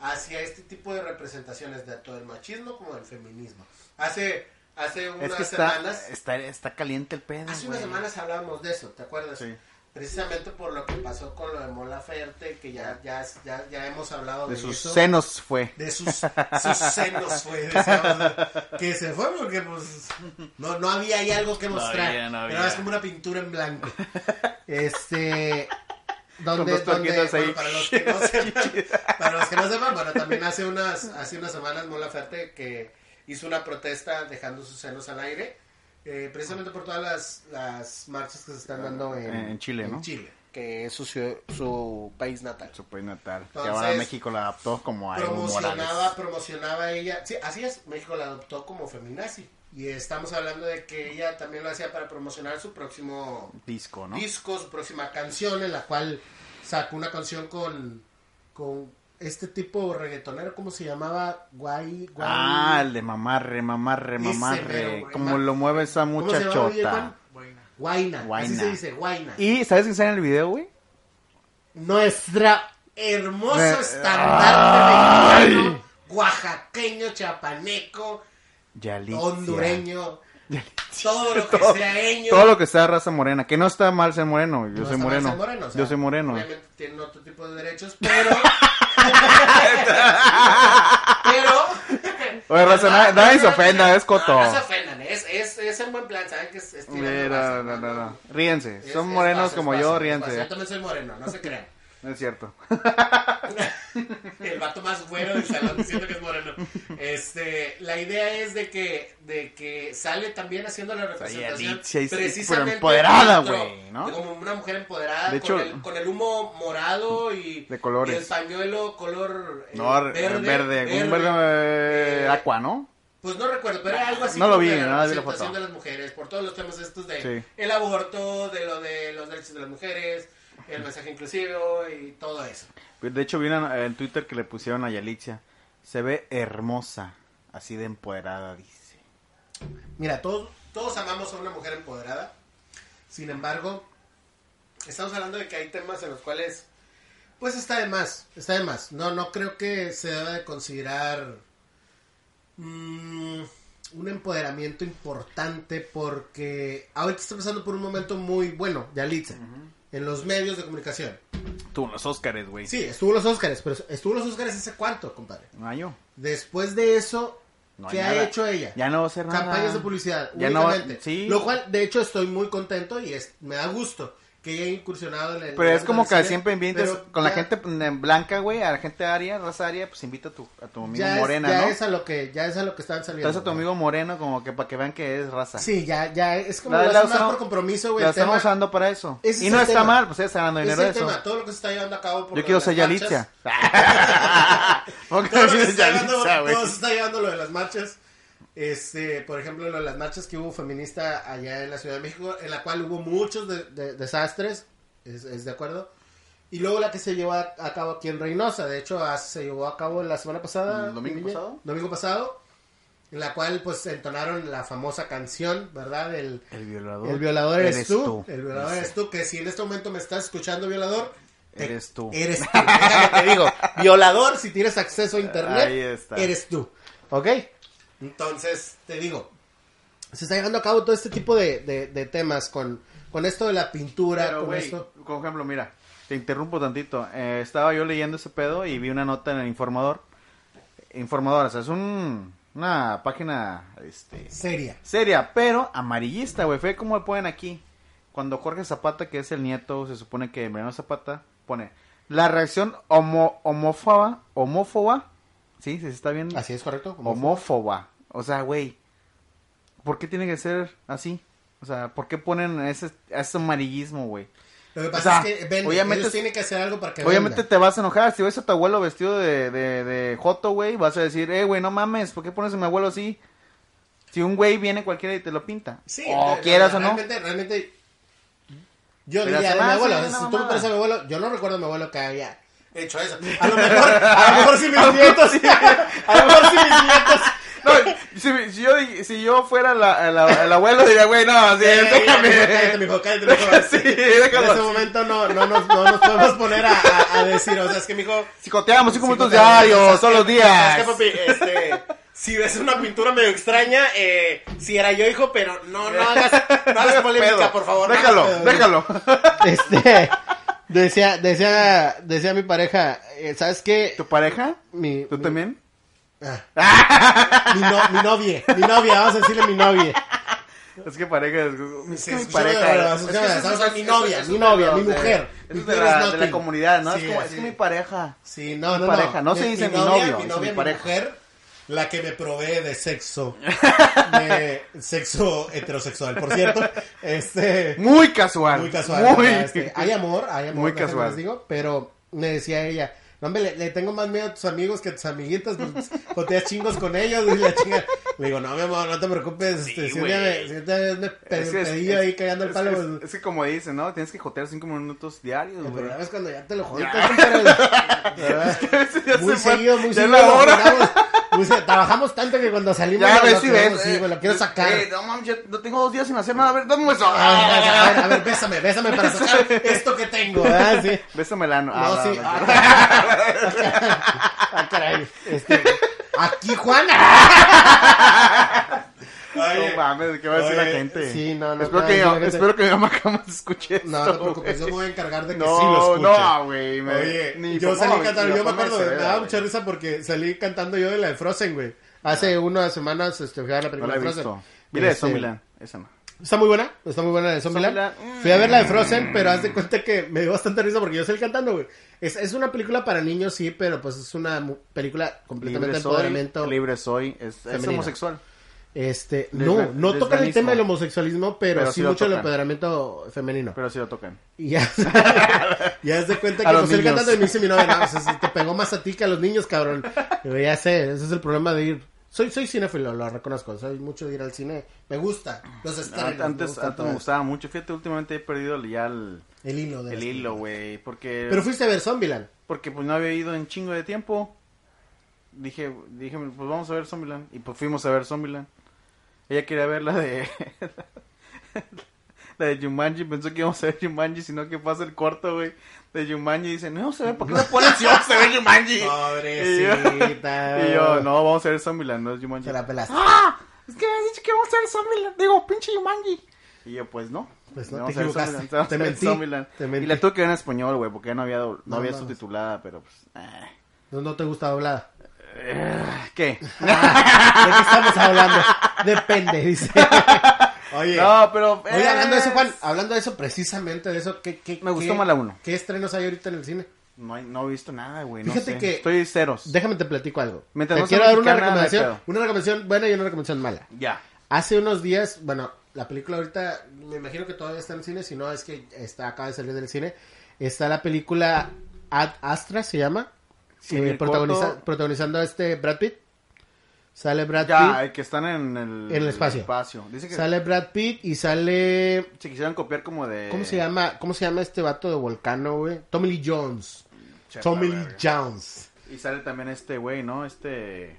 Speaker 1: hacia este tipo de representaciones, tanto del machismo como del feminismo. Hace, hace unas
Speaker 2: Es que está,
Speaker 1: semanas,
Speaker 2: está, está caliente el pedo.
Speaker 1: hace
Speaker 2: güey.
Speaker 1: unas semanas hablábamos de eso, ¿te acuerdas?
Speaker 2: Sí.
Speaker 1: Precisamente por lo que pasó con lo de Mola Ferte, que ya, ya, ya, ya hemos hablado de,
Speaker 2: De sus
Speaker 1: eso.
Speaker 2: senos fue.
Speaker 1: de sus, sus senos fue decíamos, que se fue porque pues no, no había ahí algo que
Speaker 2: No
Speaker 1: mostrar
Speaker 2: había, no había.
Speaker 1: pero es como una pintura en blanco este donde,
Speaker 2: dos
Speaker 1: donde
Speaker 2: tuerquitas
Speaker 1: bueno,
Speaker 2: ahí.
Speaker 1: para los que no sepan para los que no sepan bueno también hace unas hace unas semanas Mola Ferte que hizo una protesta dejando sus senos al aire eh, precisamente por todas las, las marchas que se están dando en,
Speaker 2: En Chile, ¿no?
Speaker 1: Chile que es su, ciudad- su país natal
Speaker 2: Su país natal. que
Speaker 1: Entonces,
Speaker 2: ahora México la adaptó como a Evo
Speaker 1: promocionaba,
Speaker 2: Morales.
Speaker 1: promocionaba ella. Sí, así es, México la adoptó como feminazi. Y estamos hablando de que ella también lo hacía para promocionar su próximo
Speaker 2: Disco, ¿no?
Speaker 1: disco, su próxima canción, en la cual sacó una canción con, con este tipo reggaetonero, ¿cómo se llamaba? Guay, guay.
Speaker 2: Ah, el de mamarre, mamarre,
Speaker 1: Ese mero,
Speaker 2: mamarre.
Speaker 1: güey,
Speaker 2: Como
Speaker 1: ma-
Speaker 2: lo mueve esa
Speaker 1: ¿Cómo se llamaba, oye,
Speaker 2: muchachota.
Speaker 1: Juan? Guayna. Así
Speaker 2: Guayna.
Speaker 1: se dice, Guayna.
Speaker 2: ¿Y sabes quién sale en el video, güey?
Speaker 1: Nuestra hermoso
Speaker 2: Me-
Speaker 1: estandarte
Speaker 2: ¡Ay!
Speaker 1: mexicano, oaxaqueño, chapaneco,
Speaker 2: Yalitza.
Speaker 1: hondureño, todo lo que
Speaker 2: Todo-
Speaker 1: sea eño.
Speaker 2: Todo lo que sea raza morena. Que no está mal ser moreno. Yo
Speaker 1: No
Speaker 2: soy
Speaker 1: está mal
Speaker 2: moreno.
Speaker 1: ser o sea,
Speaker 2: Yo soy moreno.
Speaker 1: Obviamente tienen otro tipo de derechos, pero. pero.
Speaker 2: Oye, raza,
Speaker 1: No,
Speaker 2: nadie-
Speaker 1: no,
Speaker 2: nadie
Speaker 1: no,
Speaker 2: se
Speaker 1: no,
Speaker 2: ofenda,
Speaker 1: no,
Speaker 2: es coto.
Speaker 1: No, no se ofendan, es, es, es en buen plan, saben que es, es tirando
Speaker 2: Mira,
Speaker 1: raza,
Speaker 2: no, no,
Speaker 1: ¿no?
Speaker 2: no. Ríense.
Speaker 1: Es-
Speaker 2: Son
Speaker 1: es
Speaker 2: morenos
Speaker 1: fácil,
Speaker 2: como
Speaker 1: es
Speaker 2: yo,
Speaker 1: fácil, es fácil.
Speaker 2: ríense.
Speaker 1: Yo también soy moreno, no se crean.
Speaker 2: No es cierto.
Speaker 1: El vato más güero del salón diciendo que es moreno. Este, la idea es de que, de que sale también haciendo la representación.
Speaker 2: Alicia, y- pero
Speaker 1: precisamente
Speaker 2: empoderada,
Speaker 1: dentro-
Speaker 2: güey, ¿no?
Speaker 1: de Como una mujer empoderada,
Speaker 2: De
Speaker 1: con,
Speaker 2: hecho-
Speaker 1: el, con el humo morado y,
Speaker 2: De colores.
Speaker 1: y el pañuelo color eh,
Speaker 2: No, re-
Speaker 1: verde,
Speaker 2: verde, un verde eh,
Speaker 1: Eh,
Speaker 2: aqua, ¿no?
Speaker 1: Pues no recuerdo, pero era algo así.
Speaker 2: No lo
Speaker 1: como
Speaker 2: vi,
Speaker 1: de
Speaker 2: nada más vi la
Speaker 1: representación
Speaker 2: foto.
Speaker 1: de las mujeres, por todos los temas estos de
Speaker 2: Sí.
Speaker 1: el aborto, de lo de los derechos de las mujeres, el mensaje inclusivo y todo eso.
Speaker 2: De hecho, vi una- eh, en Twitter que le pusieron a Yalitza. Se ve hermosa, así de empoderada, dice.
Speaker 1: Mira, todos, todos amamos a una mujer empoderada. Sin embargo, estamos hablando de que hay temas en los cuales Pues está de más, está de más. No, no creo que se deba de considerar mm, un empoderamiento importante porque ahorita está pasando por un momento muy bueno de Alitza en los medios de comunicación.
Speaker 2: Tú, los Óscares, güey.
Speaker 1: Sí, estuvo los Óscares, pero estuvo los Óscares hace cuánto, compadre.
Speaker 2: Un año.
Speaker 1: Después de eso,
Speaker 2: No hay
Speaker 1: ¿qué ha
Speaker 2: nada.
Speaker 1: hecho ella?
Speaker 2: Ya no va a ser nada.
Speaker 1: Campañas de publicidad,
Speaker 2: Ya no va-
Speaker 1: únicamente.
Speaker 2: sí.
Speaker 1: Lo cual, de hecho, estoy muy contento y es, me da gusto que haya incursionado en el.
Speaker 2: Pero es como
Speaker 1: en el
Speaker 2: que
Speaker 1: cine,
Speaker 2: siempre invitas
Speaker 1: pero
Speaker 2: con la
Speaker 1: ya-
Speaker 2: gente mm, blanca, güey, a la gente aria, raza aria, pues invita a tu, a tu amigo
Speaker 1: ya es-
Speaker 2: morena,
Speaker 1: ya
Speaker 2: ¿no?
Speaker 1: Es a lo que, ya es a lo que están saliendo.
Speaker 2: Traes a tu amigo moreno como que para que vean que es raza.
Speaker 1: Sí, ya, ya, es como
Speaker 2: La-
Speaker 1: lo
Speaker 2: la
Speaker 1: hacen más
Speaker 2: usamos-
Speaker 1: por compromiso, güey.
Speaker 2: la
Speaker 1: el tema-
Speaker 2: estamos usando para eso.
Speaker 1: Ese
Speaker 2: Y
Speaker 1: es
Speaker 2: no
Speaker 1: el
Speaker 2: está
Speaker 1: tema.
Speaker 2: mal, pues está ganando
Speaker 1: ese
Speaker 2: dinero de
Speaker 1: es el
Speaker 2: eso.
Speaker 1: tema, todo lo que se está llevando a cabo por
Speaker 2: Yo
Speaker 1: lo
Speaker 2: quiero
Speaker 1: de
Speaker 2: ser
Speaker 1: las marchas,
Speaker 2: Yalitza. ¿Por qué
Speaker 1: Todo lo que se
Speaker 2: decir
Speaker 1: está llevando,
Speaker 2: Yalitza, güey?
Speaker 1: todo se está llevando lo de las marchas. Este, por ejemplo, lo de las marchas que hubo feminista allá en la Ciudad de México, en la cual hubo muchos de- de- desastres, es, es de acuerdo. Y luego la que se llevó a, a cabo aquí en Reynosa, de hecho, ah, se llevó a cabo la semana pasada.
Speaker 2: ¿El domingo
Speaker 1: Miguel?
Speaker 2: pasado?
Speaker 1: Domingo pasado, en la cual pues entonaron la famosa canción, ¿verdad? El,
Speaker 2: El violador.
Speaker 1: el violador eres, tú. El violador eres tú, que si en este momento me estás escuchando, violador, te-
Speaker 2: Eres tú.
Speaker 1: Eres tú. Déjame te digo, violador, si tienes acceso a internet,
Speaker 2: Ahí está.
Speaker 1: eres tú. ¿Ok? Entonces, te digo, se está llevando a cabo todo este tipo de, de- de temas con, con esto de la pintura,
Speaker 2: Pero,
Speaker 1: con
Speaker 2: güey,
Speaker 1: esto.
Speaker 2: por ejemplo, mira, te interrumpo tantito. Eh, estaba yo leyendo ese pedo y vi una nota en el informador. Informador, o sea, es un, una página este,
Speaker 1: Seria.
Speaker 2: seria, pero amarillista, güey. Fue como le ponen aquí. Cuando Jorge Zapata, que es el nieto, se supone que de Mariano Zapata, pone la reacción homo, homófoba, homófoba, sí, se está bien,
Speaker 1: Así es correcto. Como-
Speaker 2: homófoba. O sea, güey, ¿por qué tiene que ser así? O sea, ¿por qué ponen ese, ese amarillismo, güey?
Speaker 1: Lo que
Speaker 2: o
Speaker 1: pasa
Speaker 2: sea,
Speaker 1: es que venden,
Speaker 2: obviamente-
Speaker 1: ellos tienen que hacer algo para que
Speaker 2: Obviamente
Speaker 1: venda.
Speaker 2: te vas a enojar. Si ves a tu abuelo vestido de, de, de joto, güey, vas a decir, eh, güey, no mames, ¿por qué pones a mi abuelo así? Si un güey viene cualquiera y te lo pinta.
Speaker 1: Sí,
Speaker 2: o
Speaker 1: re-
Speaker 2: quieras o no.
Speaker 1: realmente, Realmente, yo
Speaker 2: Pero
Speaker 1: diría
Speaker 2: se
Speaker 1: de
Speaker 2: me
Speaker 1: mi
Speaker 2: hace
Speaker 1: abuelo,
Speaker 2: una
Speaker 1: si tú me
Speaker 2: mamada.
Speaker 1: traes a mi abuelo, yo no recuerdo a mi abuelo que haya hecho eso. A lo mejor, a lo mejor si mis nietos, a lo mejor si mis nietos.
Speaker 2: No, si, si yo, si yo fuera la- la- el abuelo, diría, güey, no, sí,
Speaker 1: Eh, Cállate,
Speaker 2: déjame.
Speaker 1: mijo, cállate, mijo.
Speaker 2: Sí,
Speaker 1: En
Speaker 2: déjalo.
Speaker 1: este momento no, no, nos, no nos podemos poner a, a- a decir, o sea, es que mijo.
Speaker 2: Psicoteamos cinco minutos
Speaker 1: psicoterapia, ¿sabes
Speaker 2: diarios,
Speaker 1: qué?
Speaker 2: todos los
Speaker 1: ¿Sabes
Speaker 2: días.
Speaker 1: qué, papi? Este, si ves una pintura medio extraña, eh, si era yo, hijo, pero no, no hagas, no hagas polémica,
Speaker 2: Pedo.
Speaker 1: por favor. no hagas
Speaker 2: Déjalo,
Speaker 1: pedo.
Speaker 2: déjalo.
Speaker 1: Este, decía, decía, decía mi pareja, eh, ¿sabes qué?
Speaker 2: ¿Tu pareja?
Speaker 1: Mi,
Speaker 2: ¿Tú
Speaker 1: mi-
Speaker 2: también?
Speaker 1: ah. mi, no- mi novia, mi novia, vamos a decirle mi novia.
Speaker 2: Es que pareja es, es
Speaker 1: Sí,
Speaker 2: que mi
Speaker 1: escúchame,
Speaker 2: pareja.
Speaker 1: bueno,
Speaker 2: es-
Speaker 1: escúchame,
Speaker 2: es que
Speaker 1: estamos
Speaker 2: es-
Speaker 1: a mi
Speaker 2: es-
Speaker 1: novia,
Speaker 2: es-
Speaker 1: mi
Speaker 2: es-
Speaker 1: novia,
Speaker 2: es-
Speaker 1: mi
Speaker 2: es-
Speaker 1: mujer.
Speaker 2: Es
Speaker 1: Mi
Speaker 2: de
Speaker 1: mujer es
Speaker 2: la, de
Speaker 1: nothing.
Speaker 2: la comunidad, ¿no?
Speaker 1: Sí,
Speaker 2: es como, es
Speaker 1: sí.
Speaker 2: que mi pareja.
Speaker 1: Sí, no,
Speaker 2: Mi
Speaker 1: no,
Speaker 2: pareja, no se dice mi novio,
Speaker 1: Mi
Speaker 2: es
Speaker 1: novia,
Speaker 2: mi
Speaker 1: mi
Speaker 2: pareja.
Speaker 1: mujer, la que me provee de sexo, de sexo heterosexual, por cierto. Este,
Speaker 2: Muy casual.
Speaker 1: Muy casual.
Speaker 2: Muy-
Speaker 1: ¿verdad? Este, hay amor, hay amor.
Speaker 2: Muy
Speaker 1: déjenme
Speaker 2: casual.
Speaker 1: les digo, pero me decía ella, no, hombre, le, le tengo más miedo a tus amigos que a tus amiguitas, pues, joteas chingos con ellos. Y la chinga. Le digo, no, mi amor, no te preocupes. este, si un día me,
Speaker 2: güey.
Speaker 1: si un día me pe-
Speaker 2: Es que es-
Speaker 1: pedí
Speaker 2: es-
Speaker 1: ahí cagando el
Speaker 2: es-
Speaker 1: palo,
Speaker 2: es-
Speaker 1: pues,
Speaker 2: Es que como dicen, ¿no? Tienes que jotear cinco minutos diarios,
Speaker 1: el
Speaker 2: güey.
Speaker 1: problema es cuando ya eh, te lo jodes. compadre. ¿Verdad?
Speaker 2: Ya
Speaker 1: Muy
Speaker 2: se fue.
Speaker 1: seguido, muy
Speaker 2: Ya es
Speaker 1: seguido.
Speaker 2: la
Speaker 1: lo
Speaker 2: hora.
Speaker 1: jugamos. Muy se- trabajamos tanto que cuando salimos
Speaker 2: Ya
Speaker 1: lo-
Speaker 2: ves
Speaker 1: lo
Speaker 2: si
Speaker 1: queremos,
Speaker 2: ves.
Speaker 1: sí, güey, lo quiero
Speaker 2: eh,
Speaker 1: sacar. Ah,
Speaker 2: eh, no mames, yo no tengo dos días sin hacer nada. A ver, dame Ah, un beso.
Speaker 1: A ver, a ver, a ver, bésame, bésame para sacar esto que tengo. ¿verdad? Sí.
Speaker 2: Bésame el ano.
Speaker 1: No,
Speaker 2: Ah,
Speaker 1: sí.
Speaker 2: va, va, va.
Speaker 1: Ah, ah, caray. Este, aquí Juana.
Speaker 2: No mames, ¿qué va a decir la
Speaker 1: oye,
Speaker 2: gente?
Speaker 1: sí, no, no,
Speaker 2: Espero,
Speaker 1: no,
Speaker 2: que,
Speaker 1: no,
Speaker 2: mi-
Speaker 1: gente-
Speaker 2: espero que mi mamá jamás escuche
Speaker 1: No,
Speaker 2: esto,
Speaker 1: no te preocupes, yo me voy a encargar de que
Speaker 2: No,
Speaker 1: sí lo escuche.
Speaker 2: no, güey, me-
Speaker 1: Oye,
Speaker 2: ni
Speaker 1: yo
Speaker 2: papá,
Speaker 1: salí
Speaker 2: güey,
Speaker 1: cantando,
Speaker 2: ni
Speaker 1: yo me
Speaker 2: papá me
Speaker 1: acuerdo, me
Speaker 2: deshereda,
Speaker 1: daba
Speaker 2: güey.
Speaker 1: mucha risa porque salí cantando yo de la de Frozen, güey. Hace unas semanas este, fui a ver la
Speaker 2: No
Speaker 1: película
Speaker 2: la he
Speaker 1: de Frozen.
Speaker 2: visto. Mira de
Speaker 1: Este,
Speaker 2: Zombieland, esa no.
Speaker 1: Está muy buena, está muy buena la de Zombieland.
Speaker 2: Zombieland, mm.
Speaker 1: Fui a ver la de Frozen, pero haz de cuenta que me dio bastante risa porque yo salí cantando, güey. Es, es una película para niños, sí, pero pues es una mu- película completamente de
Speaker 2: Libre soy,
Speaker 1: empoderamiento.
Speaker 2: libre soy, es, es
Speaker 1: femenino.
Speaker 2: homosexual.
Speaker 1: Este, no,
Speaker 2: Lesbe-
Speaker 1: no tocan el
Speaker 2: lesbianismo.
Speaker 1: tema del homosexualismo, pero,
Speaker 2: Pero
Speaker 1: sí
Speaker 2: sí lo
Speaker 1: mucho del
Speaker 2: tocan.
Speaker 1: empoderamiento femenino.
Speaker 2: Pero sí lo tocan.
Speaker 1: Y ya, ya se cuenta
Speaker 2: A
Speaker 1: que
Speaker 2: los
Speaker 1: pues, él
Speaker 2: niños.
Speaker 1: cantando y me dice mi novia, no, o sea, se te pegó más a ti que a los niños, cabrón. Digo, ya sé, ese es el problema de ir. Soy, soy cinéfilo, lo reconozco, soy mucho de ir al cine. Me gusta los estrenos.
Speaker 2: Antes, antes
Speaker 1: gusta todo
Speaker 2: me gustaba mucho. Fíjate, últimamente he perdido ya el,
Speaker 1: El hilo. de
Speaker 2: el
Speaker 1: las
Speaker 2: hilo,
Speaker 1: películas.
Speaker 2: güey. Porque,
Speaker 1: Pero fuiste a ver Zombieland.
Speaker 2: porque pues no había ido en chingo de tiempo. Dije, dije, pues vamos a ver Zombieland. Y pues fuimos a ver Zombieland. Ella quería ver la de... la de Jumanji, pensó que íbamos a ver Jumanji, sino que pasa el corto, güey, de Jumanji y dice, no, se ve, ¿por qué no ponen si vamos a ver Jumanji?
Speaker 1: Pobrecita.
Speaker 2: Y yo, no, vamos a ver Zombieland, no es Jumanji.
Speaker 1: Se la pelaste.
Speaker 2: ¡Ah! Es que me has dicho que vamos a ver Zombieland, digo, pinche Jumanji. Y yo, pues no.
Speaker 1: Pues no,
Speaker 2: Vamos
Speaker 1: te
Speaker 2: a ver
Speaker 1: equivocaste.
Speaker 2: Zombieland, vamos
Speaker 1: Te
Speaker 2: a ver
Speaker 1: mentí,
Speaker 2: Zombieland.
Speaker 1: te mentí.
Speaker 2: Y la tuve que ver en español, güey, porque ya no había, do- no
Speaker 1: No
Speaker 2: había
Speaker 1: mames.
Speaker 2: subtitulada, pero pues... eh.
Speaker 1: No, no te gusta doblada.
Speaker 2: ¿Qué?
Speaker 1: ¿De qué estamos hablando? Depende, dice. Oye.
Speaker 2: No, pero...
Speaker 1: Oye,
Speaker 2: eh,
Speaker 1: hablando de eso, Juan, hablando de eso, precisamente de eso, ¿qué, qué,
Speaker 2: Me gustó
Speaker 1: qué-
Speaker 2: más la uno.
Speaker 1: ¿Qué estrenos hay ahorita en el cine?
Speaker 2: No, hay- no he visto nada, güey. no
Speaker 1: Fíjate
Speaker 2: sé.
Speaker 1: que-
Speaker 2: Estoy ceros.
Speaker 1: Déjame te platico algo.
Speaker 2: Mientras
Speaker 1: te
Speaker 2: no sea
Speaker 1: quiero dar una
Speaker 2: mexicana, no hay
Speaker 1: recomendación.
Speaker 2: pedo.
Speaker 1: Una recomendación buena y una recomendación mala.
Speaker 2: Ya.
Speaker 1: Hace unos días, bueno, la película ahorita, me imagino que todavía está en cine, si no es que está acaba de salir del cine. Está la película Ad Astra, se llama.
Speaker 2: Sí,
Speaker 1: eh,
Speaker 2: vi el
Speaker 1: protagoniza-
Speaker 2: corto.
Speaker 1: protagonizando a este Brad Pitt. Sale Brad
Speaker 2: Ya,
Speaker 1: Pitt.
Speaker 2: el que están en el,
Speaker 1: En el espacio.
Speaker 2: Dice que
Speaker 1: Sale Brad Pitt y sale
Speaker 2: se quisieron copiar como de...
Speaker 1: ¿Cómo se llama? ¿Cómo se llama este vato de Volcano, güey? Tommy Lee Jones.
Speaker 2: Chepa,
Speaker 1: Tommy
Speaker 2: la
Speaker 1: Lee
Speaker 2: verga.
Speaker 1: Jones.
Speaker 2: Y sale también este güey, ¿no? Este...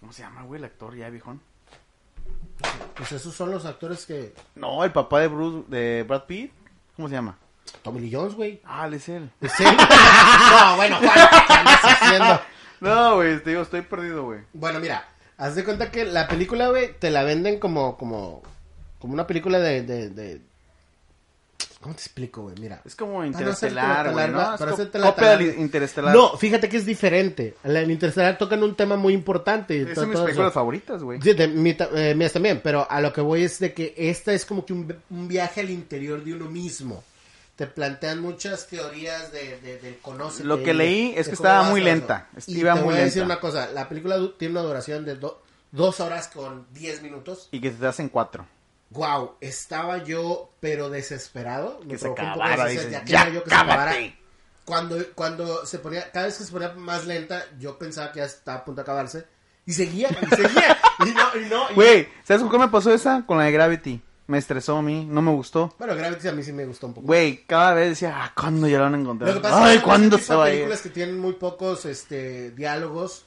Speaker 2: ¿Cómo se llama, güey? El actor ya viejón.
Speaker 1: Pues esos son los actores que
Speaker 2: No, el papá de Bruce... De Brad Pitt. ¿Cómo se llama?
Speaker 1: Tommy Lee Jones, güey.
Speaker 2: Ah, él es él.
Speaker 1: Es él. no, bueno, Juan, ¿qué andas haciendo?
Speaker 2: No, güey. Te digo, estoy perdido, güey.
Speaker 1: Bueno, mira, haz de cuenta que la película, güey, te la venden como como como una película de de, de- ¿Cómo te explico, güey? Mira.
Speaker 2: Es como
Speaker 1: Para Ah, no hacértela
Speaker 2: interestelar, güey,
Speaker 1: tan
Speaker 2: ¿no?
Speaker 1: larga,
Speaker 2: Es
Speaker 1: para
Speaker 2: co-
Speaker 1: hacértela tan
Speaker 2: Copia
Speaker 1: larga.
Speaker 2: del interestelar.
Speaker 1: No, fíjate que es diferente. La- En Interstellar tocan un tema muy importante. y
Speaker 2: Es
Speaker 1: todo-
Speaker 2: de mis
Speaker 1: todo eso.
Speaker 2: películas favoritas, güey.
Speaker 1: Sí, de mí ta- eh, mías también, pero a lo que voy es de que esta es como que un, un viaje al interior de uno mismo. Te plantean muchas teorías de, de, del conocimiento.
Speaker 2: Lo que leí es que estaba muy lenta,
Speaker 1: Y
Speaker 2: iba
Speaker 1: te
Speaker 2: muy
Speaker 1: voy a decir
Speaker 2: lenta.
Speaker 1: una cosa, la película du- tiene una duración de do- dos horas con diez minutos.
Speaker 2: Y que te hacen cuatro.
Speaker 1: Wow, estaba yo pero desesperado. Me
Speaker 2: Que se
Speaker 1: provocó un poco
Speaker 2: acabara,
Speaker 1: de sed,
Speaker 2: dices,
Speaker 1: quería
Speaker 2: "Ya,
Speaker 1: yo que se acabara".
Speaker 2: cábate.
Speaker 1: Cuando, cuando se ponía, cada vez que se ponía más lenta, yo pensaba que ya estaba a punto de acabarse. Y seguía, y seguía. y no, y no. y-
Speaker 2: Güey, ¿sabes con qué me pasó esa? Con la de Gravity. Me estresó a mí, no me gustó.
Speaker 1: Bueno, Gravity a mí sí me gustó un poco.
Speaker 2: Güey, cada vez decía, ah, ¿cuándo ya lo van a encontrar?
Speaker 1: Lo que pasa
Speaker 2: Ay,
Speaker 1: es que
Speaker 2: ¿cuándo
Speaker 1: ese
Speaker 2: se
Speaker 1: tipo de
Speaker 2: va a ir?
Speaker 1: películas que tienen muy pocos este, diálogos,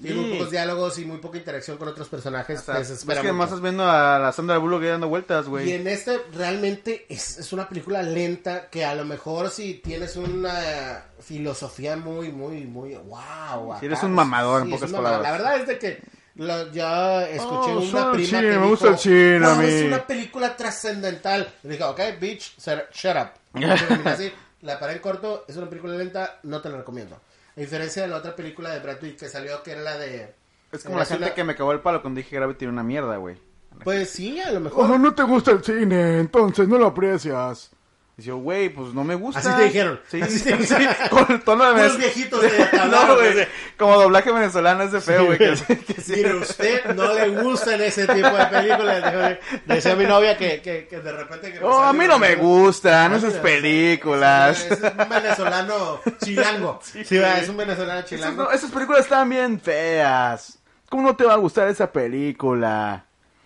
Speaker 1: tienen
Speaker 2: Sí.
Speaker 1: muy pocos diálogos y muy poca interacción con otros personajes,
Speaker 2: O sea,
Speaker 1: te
Speaker 2: es
Speaker 1: desespera
Speaker 2: que
Speaker 1: mucho.
Speaker 2: además estás viendo a la Sandra Bullock ahí dando vueltas,
Speaker 1: Y
Speaker 2: güey.
Speaker 1: en este realmente es, es una película lenta que a lo mejor si tienes una filosofía muy, muy, muy, wow.
Speaker 2: Si eres un mamador, en
Speaker 1: es
Speaker 2: pocas
Speaker 1: un mamador.
Speaker 2: palabras.
Speaker 1: La verdad es de que lo- ya escuché
Speaker 2: Oh,
Speaker 1: una
Speaker 2: soy
Speaker 1: prima
Speaker 2: chino,
Speaker 1: que
Speaker 2: me
Speaker 1: dijo,
Speaker 2: gusta el chino,
Speaker 1: "Wow, es
Speaker 2: mi".
Speaker 1: una película trascendental. Le dije, ok, bitch, ser- shut up. Porque mira, así, la paré en corto, es una película lenta, no te la recomiendo. A diferencia de la otra película de Brad Pitt que salió, que era la de... eh,
Speaker 2: Es como la
Speaker 1: era
Speaker 2: gente
Speaker 1: una-
Speaker 2: que me cagó el palo cuando dije Gravity era una mierda, güey.
Speaker 1: Pues sí, a lo mejor.
Speaker 3: Ojo, no te gusta el cine, entonces no lo aprecias.
Speaker 2: Y yo, güey, pues no me gusta.
Speaker 1: Así te dijeron.
Speaker 2: Sí,
Speaker 1: Así
Speaker 2: sí,
Speaker 1: te
Speaker 2: sí.
Speaker 1: dijeron.
Speaker 2: Con el tono de
Speaker 1: Puros
Speaker 2: mes.
Speaker 1: viejitos de
Speaker 2: No,
Speaker 1: tablado,
Speaker 2: güey. Como doblaje venezolano ese feo, güey. que- que sí.
Speaker 1: Mire, usted no le gustan ese tipo de películas. Dijo, de- Decía mi novia que, que, que de repente. Que me
Speaker 2: Oh,
Speaker 1: sale
Speaker 2: a mí no me
Speaker 1: un-
Speaker 2: gustan
Speaker 1: Ah,
Speaker 2: esas
Speaker 1: mira,
Speaker 2: películas.
Speaker 1: Es, es un venezolano chilango. Sí, va, es un venezolano
Speaker 2: Esas,
Speaker 1: chilango.
Speaker 2: no- esas películas están bien feas. ¿Cómo no te va a gustar esa película?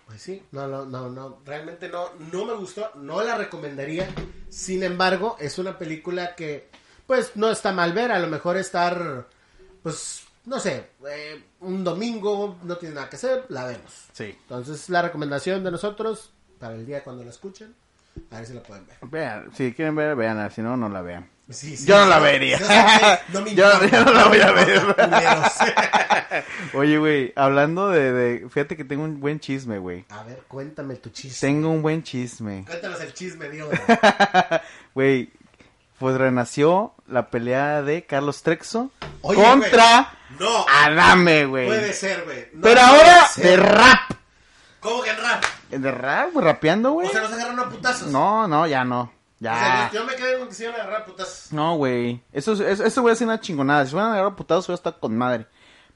Speaker 1: Pues sí, no, no, no, no. Realmente no, no me gustó. No la recomendaría. Sin embargo, es una película que, pues, no está mal ver. A lo mejor estar, pues, no sé, eh, un domingo, no tiene nada que hacer, la vemos.
Speaker 2: Sí.
Speaker 1: Entonces, la recomendación de nosotros para el día cuando la escuchen, a ver si la pueden ver.
Speaker 2: Vean, si quieren ver, vean, si no, no la vean.
Speaker 1: Sí, sí,
Speaker 2: Yo no
Speaker 1: sí,
Speaker 2: la
Speaker 1: sí,
Speaker 2: vería.
Speaker 1: sí, sí, no me
Speaker 2: Yo-
Speaker 1: importa.
Speaker 2: yo no la voy a ver.
Speaker 1: Culeros.
Speaker 2: Oye, güey, hablando de, de- Fíjate que tengo un buen chisme, güey.
Speaker 1: A ver, cuéntame tu chisme.
Speaker 2: Tengo un buen chisme.
Speaker 1: Cuéntanos el chisme, Diego.
Speaker 2: Güey, pues renació la pelea de Carlos Trexo
Speaker 1: Oye,
Speaker 2: contra
Speaker 1: güey, no.
Speaker 2: Adame, güey.
Speaker 1: Puede ser, güey. No puede
Speaker 2: Pero ahora
Speaker 1: ser.
Speaker 2: de rap.
Speaker 1: ¿Cómo que en rap?
Speaker 2: ¿De rap? ¿Rapeando, güey?
Speaker 1: O sea, nos agarran a putazos.
Speaker 2: No, no, ya no.
Speaker 1: O sea,
Speaker 2: Ya.
Speaker 1: yo, yo me quedé con que se iban a agarrar a putazos.
Speaker 2: No, güey. Eso, es- eso, eso voy a hacer una chingonada. Si se van a agarrar putados, voy a estar con madre.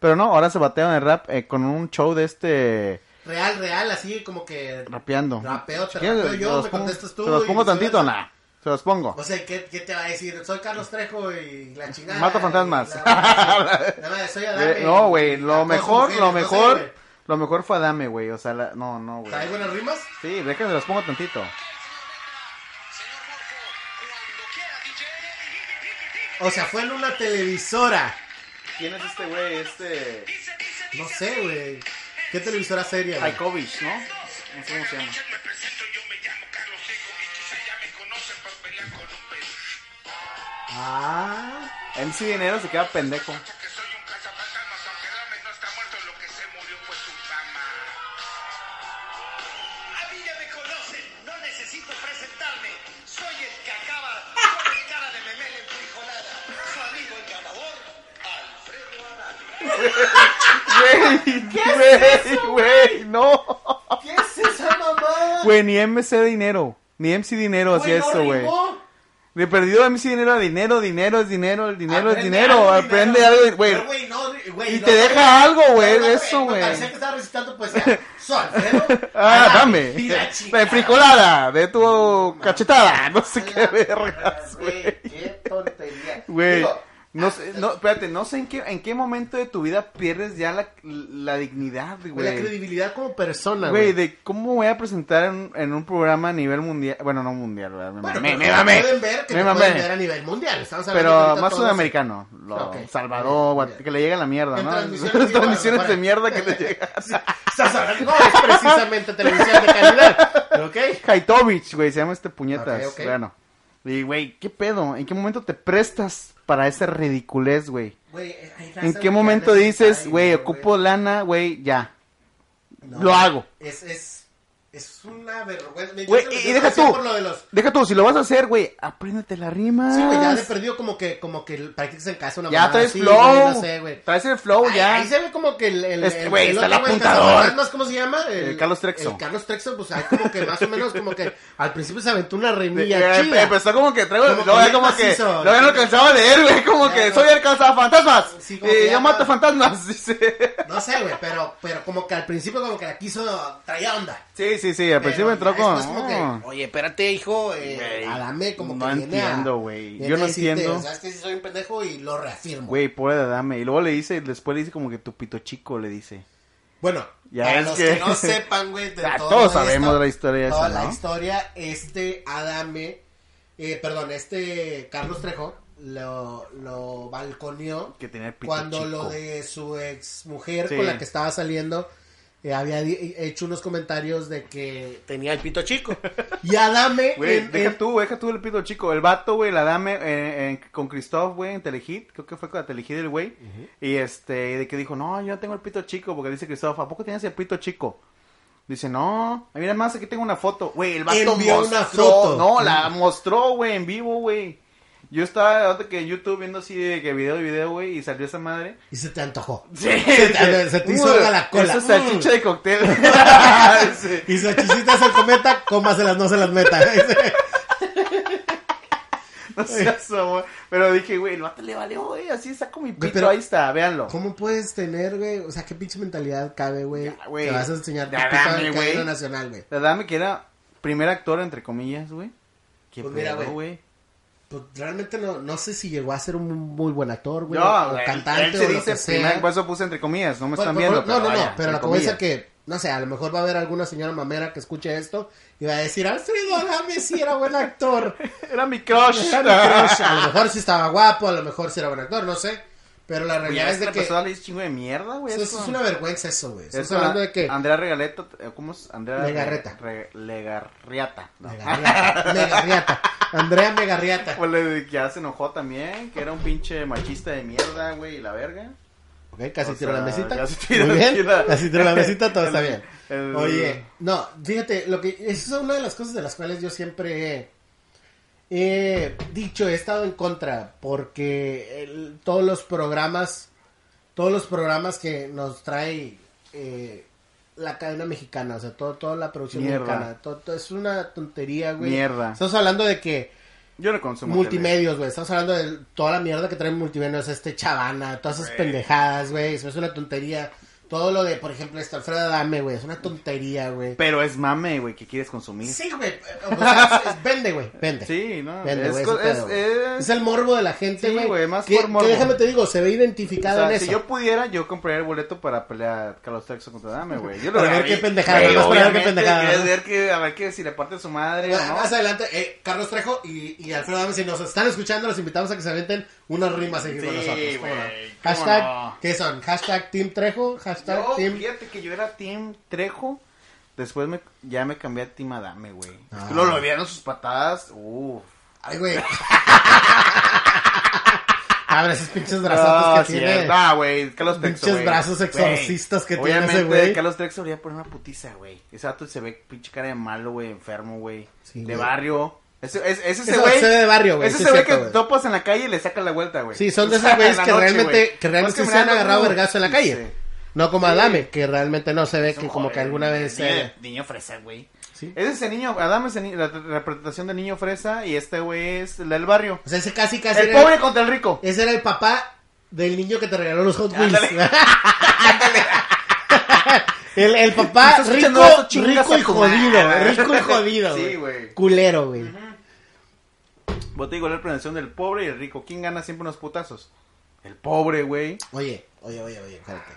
Speaker 2: Pero no, ahora se batearon de rap eh, con un show de este.
Speaker 1: Real, real, así como que.
Speaker 2: Rapeando.
Speaker 1: Rapeo, te
Speaker 2: ¿Quieres?
Speaker 1: rapeo yo,
Speaker 2: Se los
Speaker 1: me
Speaker 2: pongo-
Speaker 1: contestas tú
Speaker 2: Se los
Speaker 1: y
Speaker 2: pongo tantito,
Speaker 1: viceversa.
Speaker 2: nada. Se los pongo.
Speaker 1: O sea, ¿qué, ¿qué te va a decir? Soy Carlos Trejo y la chingada.
Speaker 2: Mato
Speaker 1: y
Speaker 2: fantasmas.
Speaker 1: la- la- la madre, soy Adame.
Speaker 2: Eh, no, güey. Lo
Speaker 1: Acoso
Speaker 2: mejor,
Speaker 1: mujeres,
Speaker 2: lo
Speaker 1: no sé,
Speaker 2: mejor.
Speaker 1: güey.
Speaker 2: lo mejor fue Adame, güey. O sea, la- no, no, güey.
Speaker 1: ¿Traigo unas rimas?
Speaker 2: Sí, déjenme, se los pongo tantito.
Speaker 4: Señor Morfo, cuando quiera DJ.
Speaker 1: O sea, fue en una televisora.
Speaker 2: ¿Quién es este güey? Este.
Speaker 4: Dice, dice,
Speaker 1: No sé, güey. ¿Qué televisora seria? güey?
Speaker 2: Haikovich, ¿no? No sé cómo se llama.
Speaker 4: Me presento, yo me llamo Carlos Seco y tú
Speaker 1: Ah,
Speaker 2: MC Dinero se queda pendejo.
Speaker 4: Que soy un cazafantasmas, aunque Dame no está muerto, lo que se murió fue su fama. A mí ya me conocen, no necesito presentarme. Soy el que acaba con el cara de memel en frijolada. Su amigo el ganador, Alfredo Arana.
Speaker 2: Güey, güey, güey, no.
Speaker 1: ¿qué es esa mamá?
Speaker 2: Güey, ni MC Dinero, ni MC Dinero hacía eso, güey. De perdido MC Dinero a dinero, dinero es dinero, el dinero es dinero. Aprende algo, de- güey. Y te deja algo, güey, eso, güey.
Speaker 1: Parecía que estaba recitando poesía. Soy Alfredo.
Speaker 2: Ah,
Speaker 1: a la
Speaker 2: dame.
Speaker 1: vida, chica.
Speaker 2: De fricolada, de tu cachetada, no sé qué
Speaker 1: A la
Speaker 2: vergas,
Speaker 1: güey,
Speaker 2: güey.
Speaker 1: Qué tontería.
Speaker 2: Güey,
Speaker 1: Digo,
Speaker 2: no sé, no, espérate, no sé en qué, en qué momento de tu vida pierdes ya la, la dignidad,
Speaker 1: güey, La
Speaker 2: güey.
Speaker 1: credibilidad como persona, güey.
Speaker 2: Güey, de cómo voy a presentar en, en un programa a nivel mundial, bueno, no mundial, ¿verdad? Me
Speaker 1: Bueno,
Speaker 2: mamé,
Speaker 1: pero
Speaker 2: me
Speaker 1: te
Speaker 2: mamé,
Speaker 1: Pueden ver que
Speaker 2: me
Speaker 1: te
Speaker 2: mamé.
Speaker 1: pueden ver a nivel mundial. Estamos hablando que
Speaker 2: Pero
Speaker 1: ahorita
Speaker 2: más
Speaker 1: todos-
Speaker 2: sudamericano, lo-
Speaker 1: Ok.
Speaker 2: Salvador,
Speaker 1: Bien.
Speaker 2: Guate- que le llega la mierda,
Speaker 1: En
Speaker 2: ¿no?
Speaker 1: transmisiones
Speaker 2: Las
Speaker 1: de-
Speaker 2: transmisiones de
Speaker 1: bueno.
Speaker 2: mierda que le llega.
Speaker 1: Estás hablando, no, es precisamente televisión de calidad. ¿Ok?
Speaker 2: Kaitovich, güey, se llama este puñetas.
Speaker 1: Ok, ok.
Speaker 2: Bueno. Y, güey, ¿qué pedo? ¿En qué momento te prestas para esa ridiculez, güey?
Speaker 1: Güey, eh, hay raza,
Speaker 2: ¿En
Speaker 1: güey,
Speaker 2: qué
Speaker 1: que
Speaker 2: momento
Speaker 1: anda-
Speaker 2: dices,
Speaker 1: Ay,
Speaker 2: güey,
Speaker 1: no,
Speaker 2: ocupo lana, güey, ya?
Speaker 1: No,
Speaker 2: lo hago.
Speaker 1: Es, es, es una vergüenza. Yo
Speaker 2: Güey,
Speaker 1: se lo-
Speaker 2: y,
Speaker 1: yo
Speaker 2: y
Speaker 1: se lo
Speaker 2: deja
Speaker 1: decía
Speaker 2: tú.
Speaker 1: Por lo de los...
Speaker 2: Deja tú, si lo vas a hacer, güey, apréndete la rima.
Speaker 1: Sí, güey, ya de perdido como que, como que practicas en casa una
Speaker 2: Ya
Speaker 1: mamada
Speaker 2: traes
Speaker 1: así,
Speaker 2: flow.
Speaker 1: güey, no sé, güey.
Speaker 2: Traes el flow,
Speaker 1: Ahí-
Speaker 2: Oh, ya.
Speaker 1: Ahí se ve como que el. el-
Speaker 2: Este
Speaker 1: el-
Speaker 2: güey,
Speaker 1: el
Speaker 2: está el
Speaker 1: otro güey,
Speaker 2: apuntador.
Speaker 1: Cazafantasmas, ¿Cómo se llama?
Speaker 2: El Carlos Trexo.
Speaker 1: El Carlos Trexo, pues ahí como que más o menos, como que al principio se aventó una
Speaker 2: Eh,
Speaker 1: remilla
Speaker 2: eh,
Speaker 1: chida.
Speaker 2: Empezó como que traigo,
Speaker 1: Como que
Speaker 2: luego ya
Speaker 1: bien
Speaker 2: como que,
Speaker 1: macizo.
Speaker 2: luego ya no alcanzaba a leer, güey, como
Speaker 1: Ya,
Speaker 2: que
Speaker 1: no.
Speaker 2: soy el cazafantasmas,
Speaker 1: Sí, como que
Speaker 2: eh,
Speaker 1: ya
Speaker 2: yo mato
Speaker 1: no.
Speaker 2: fantasmas, dice.
Speaker 1: No sé, güey, pero, pero como que al principio, como que la quiso. traía onda.
Speaker 2: Sí, sí, sí, al principio
Speaker 1: Pero
Speaker 2: entró
Speaker 1: ya
Speaker 2: con... ah. "Oh".
Speaker 1: después como que, Oye, espérate, hijo. Eh,
Speaker 2: Güey,
Speaker 1: Adame, como
Speaker 2: no
Speaker 1: que. viene a-
Speaker 2: entiendo, güey.
Speaker 1: viene
Speaker 2: Yo no
Speaker 1: a decirte,
Speaker 2: entiendo.
Speaker 1: ¿Sabes que si soy un pendejo y lo reafirmo?
Speaker 2: Güey, pobre de Adame. Y luego le dice, después le dice como que tu pito chico le dice.
Speaker 1: Bueno,
Speaker 2: Ya
Speaker 1: para
Speaker 2: es
Speaker 1: los
Speaker 2: que-
Speaker 1: que... no sepan, güey, de
Speaker 2: Ya,
Speaker 1: todo
Speaker 2: todos
Speaker 1: esto,
Speaker 2: sabemos la historia
Speaker 1: toda
Speaker 2: esa,
Speaker 1: la
Speaker 2: ¿no?
Speaker 1: historia, este Adame, eh, perdón, este Carlos Trejo lo, lo balconeó
Speaker 2: Que tenía el pito
Speaker 1: cuando
Speaker 2: chico.
Speaker 1: lo de su ex mujer
Speaker 2: Sí.
Speaker 1: con la que estaba saliendo eh, había di- hecho unos comentarios de que tenía el pito chico. Y Adame,
Speaker 2: Güey,
Speaker 1: en-
Speaker 2: deja
Speaker 1: en-
Speaker 2: tú, deja tú el pito chico. El vato, güey, la dame eh, en- con Christoph, güey, en Telehit. Creo que fue con la Telehit el güey. Y este, y de que dijo, no, yo no tengo el pito chico. Porque dice Christoph, ¿a poco tienes el pito chico? Dice, no, mira más, aquí tengo una foto. Güey, el vato
Speaker 1: Envió
Speaker 2: mostró.
Speaker 1: una foto.
Speaker 2: No, la mostró, güey, en vivo, güey. Yo estaba ahorita que en YouTube viendo así de que video y video, güey, y salió esa madre.
Speaker 1: y se te antojó.
Speaker 2: Sí,
Speaker 1: te- se te hizo agua la cola. Mm.
Speaker 2: Esa salchicha de cóctel. Sí.
Speaker 1: Y si chisitas el cometa, cómaselas, no se las meta.
Speaker 2: No seas mamón. Pero dije, güey, el vato le valió, güey. Así saco mi pito.
Speaker 1: pero-
Speaker 2: ahí está, véanlo.
Speaker 1: ¿Cómo puedes tener, güey? O sea, ¿qué pinche mentalidad cabe, güey?
Speaker 2: Ya, güey.
Speaker 1: Te vas a enseñar tu
Speaker 2: Ya,
Speaker 1: pito
Speaker 2: dame,
Speaker 1: al
Speaker 2: güey.
Speaker 1: cadena nacional, güey.
Speaker 2: La dame que era primer actor, entre comillas, güey. Qué
Speaker 1: Pues mira, güey.
Speaker 2: pedo, güey.
Speaker 1: Pues realmente no, no sé si llegó a ser un muy buen actor, güey.
Speaker 2: No,
Speaker 1: o
Speaker 2: güey,
Speaker 1: cantante
Speaker 2: él se
Speaker 1: o lo
Speaker 2: dice
Speaker 1: que sea.
Speaker 2: primer- por eso puse entre comillas, no me
Speaker 1: Bueno,
Speaker 2: están
Speaker 1: pero-
Speaker 2: viendo.
Speaker 1: no, no,
Speaker 2: vaya,
Speaker 1: no, pero
Speaker 2: entre
Speaker 1: lo que voy a decir
Speaker 2: comillas.
Speaker 1: que, no sé, a lo mejor va a haber alguna señora mamera que escuche esto y va a decir, Alfredo Adame sí era buen actor.
Speaker 2: Era mi crush.
Speaker 1: Era mi crush. A lo mejor sí estaba guapo, a lo mejor sí era buen actor, no sé. Pero la
Speaker 2: Güey, ya
Speaker 1: realidad
Speaker 2: ves
Speaker 1: es
Speaker 2: que
Speaker 1: de
Speaker 2: la
Speaker 1: que...
Speaker 2: persona le dice chingo de mierda, güey.
Speaker 1: Eso, eso es una vergüenza eso, güey. Estamos
Speaker 2: Eso,
Speaker 1: hablando de que...
Speaker 2: Andrea Regaleta, eh, ¿cómo es? Andrea
Speaker 1: Legarreta.
Speaker 2: Re- Legarriata. no.
Speaker 1: Megarriata. Megarriata. Andrea Megarriata.
Speaker 2: O Pues le- que ya se enojó también, que era un pinche machista de mierda, güey, y la verga.
Speaker 1: Ok, casi
Speaker 2: O
Speaker 1: tiró
Speaker 2: sea,
Speaker 1: la mesita.
Speaker 2: casi tiró
Speaker 1: Muy
Speaker 2: la
Speaker 1: bien,
Speaker 2: mesita.
Speaker 1: Casi tiró la mesita, todo
Speaker 2: El-
Speaker 1: está bien.
Speaker 2: el-
Speaker 1: Oye, no, fíjate, lo que esa es una de las cosas de las cuales yo siempre he, he dicho, he estado en contra, porque el- todos los programas, todos los programas que nos trae eh, la cadena mexicana, o sea, todo, toda la producción
Speaker 2: Mierda.
Speaker 1: mexicana, todo, todo- es una tontería, güey.
Speaker 2: Mierda.
Speaker 1: Estamos hablando de que
Speaker 2: Yo no consumo. tele.
Speaker 1: Multimedios, güey. Estamos hablando de toda la mierda que traen multimedios, este chavana, todas esas pendejadas, güey. Eso es una tontería. Todo lo de, por ejemplo, este Alfredo Adame, güey. Es una tontería, güey.
Speaker 2: Pero es mame, güey, que quieres consumir.
Speaker 1: Sí, güey. O sea, es- es- vende, güey. Vende.
Speaker 2: Sí, no.
Speaker 1: Vende,
Speaker 2: es,
Speaker 1: güey,
Speaker 2: co-
Speaker 1: ese
Speaker 2: es-
Speaker 1: pedo, güey.
Speaker 2: es-
Speaker 1: Es el morbo de la gente,
Speaker 2: Sí,
Speaker 1: güey.
Speaker 2: güey, más
Speaker 1: que,
Speaker 2: por morbo.
Speaker 1: que déjame te digo, se ve
Speaker 2: o
Speaker 1: identificado
Speaker 2: sea,
Speaker 1: en
Speaker 2: si
Speaker 1: eso.
Speaker 2: yo pudiera, yo compraría el boleto para pelear Carlos Trexo contra Dame, güey. Yo lo
Speaker 1: Para ver
Speaker 2: haría.
Speaker 1: qué pendejada,
Speaker 2: Güey,
Speaker 1: nomás para ver qué
Speaker 2: obviamente,
Speaker 1: pendejada,
Speaker 2: quieres
Speaker 1: ¿no?
Speaker 2: ver que, a ver que si le parte su madre o no.
Speaker 1: Más adelante, eh, Carlos Trejo y, y Alfredo Adame, si nos están escuchando, los invitamos a que se aventen unas rimas aquí con
Speaker 2: Sí,
Speaker 1: nosotros. ¿cómo no?
Speaker 2: güey, ¿cómo
Speaker 1: Hashtag,
Speaker 2: no?
Speaker 1: ¿qué son? Hashtag Team Trejo, hashtag
Speaker 2: Yo,
Speaker 1: Team...
Speaker 2: fíjate que yo era Team Trejo. Después me, ya me cambié a Team Adame, güey. Es
Speaker 1: Ah.
Speaker 2: que lo, lo vieron sus patadas. Uff.
Speaker 1: Ay, güey. Abre esos pinches brazotes
Speaker 2: No,
Speaker 1: que tiene.
Speaker 2: cierto. Ah, güey, Carlos
Speaker 1: Pinches
Speaker 2: Trexo, güey.
Speaker 1: brazos exorcistas que
Speaker 2: Güey,
Speaker 1: tiene ese
Speaker 2: obviamente,
Speaker 1: güey.
Speaker 2: Carlos Trexo debería poner una putiza, güey. Ese vato se ve pinche cara de malo, güey, enfermo, güey.
Speaker 1: Sí,
Speaker 2: de
Speaker 1: güey.
Speaker 2: barrio. Ese, es, es ese
Speaker 1: Eso
Speaker 2: güey.
Speaker 1: se ve de barrio, güey,
Speaker 2: Ese
Speaker 1: sí
Speaker 2: se
Speaker 1: es
Speaker 2: ve que
Speaker 1: cierto, güey.
Speaker 2: topas en la calle y le saca la vuelta, güey.
Speaker 1: Sí, son de
Speaker 2: O sea,
Speaker 1: esos güeyes
Speaker 2: en la
Speaker 1: que,
Speaker 2: noche,
Speaker 1: realmente,
Speaker 2: güey.
Speaker 1: que
Speaker 2: Vas
Speaker 1: realmente sí se han
Speaker 2: caminando,
Speaker 1: agarrado
Speaker 2: uh,
Speaker 1: vergazo en la calle.
Speaker 2: sí.
Speaker 1: No como Adame, que realmente no se ve que
Speaker 2: Son
Speaker 1: como que
Speaker 2: joven,
Speaker 1: alguna vez se
Speaker 2: Niño,
Speaker 1: haya-
Speaker 2: niño fresa, güey.
Speaker 1: Sí.
Speaker 2: Ese es el niño. Adam es el ni- la representación del niño fresa y este güey es el del barrio.
Speaker 1: O sea, ese casi casi
Speaker 2: El
Speaker 1: era
Speaker 2: pobre contra el rico.
Speaker 1: ese era el papá del niño que te regaló los Hot Wheels.
Speaker 2: Ándale.
Speaker 1: el, el papá
Speaker 2: Estás escuchando
Speaker 1: rico,
Speaker 2: esto, chingas
Speaker 1: rico
Speaker 2: a
Speaker 1: y
Speaker 2: tu
Speaker 1: jodido,
Speaker 2: madre.
Speaker 1: rico y jodido.
Speaker 2: Sí,
Speaker 1: güey.
Speaker 2: güey.
Speaker 1: Culero, güey.
Speaker 2: Vos te digo la representación del pobre y el rico. ¿Quién gana siempre unos putazos? El pobre, güey.
Speaker 1: Oye, oye, oye, oye, espérate.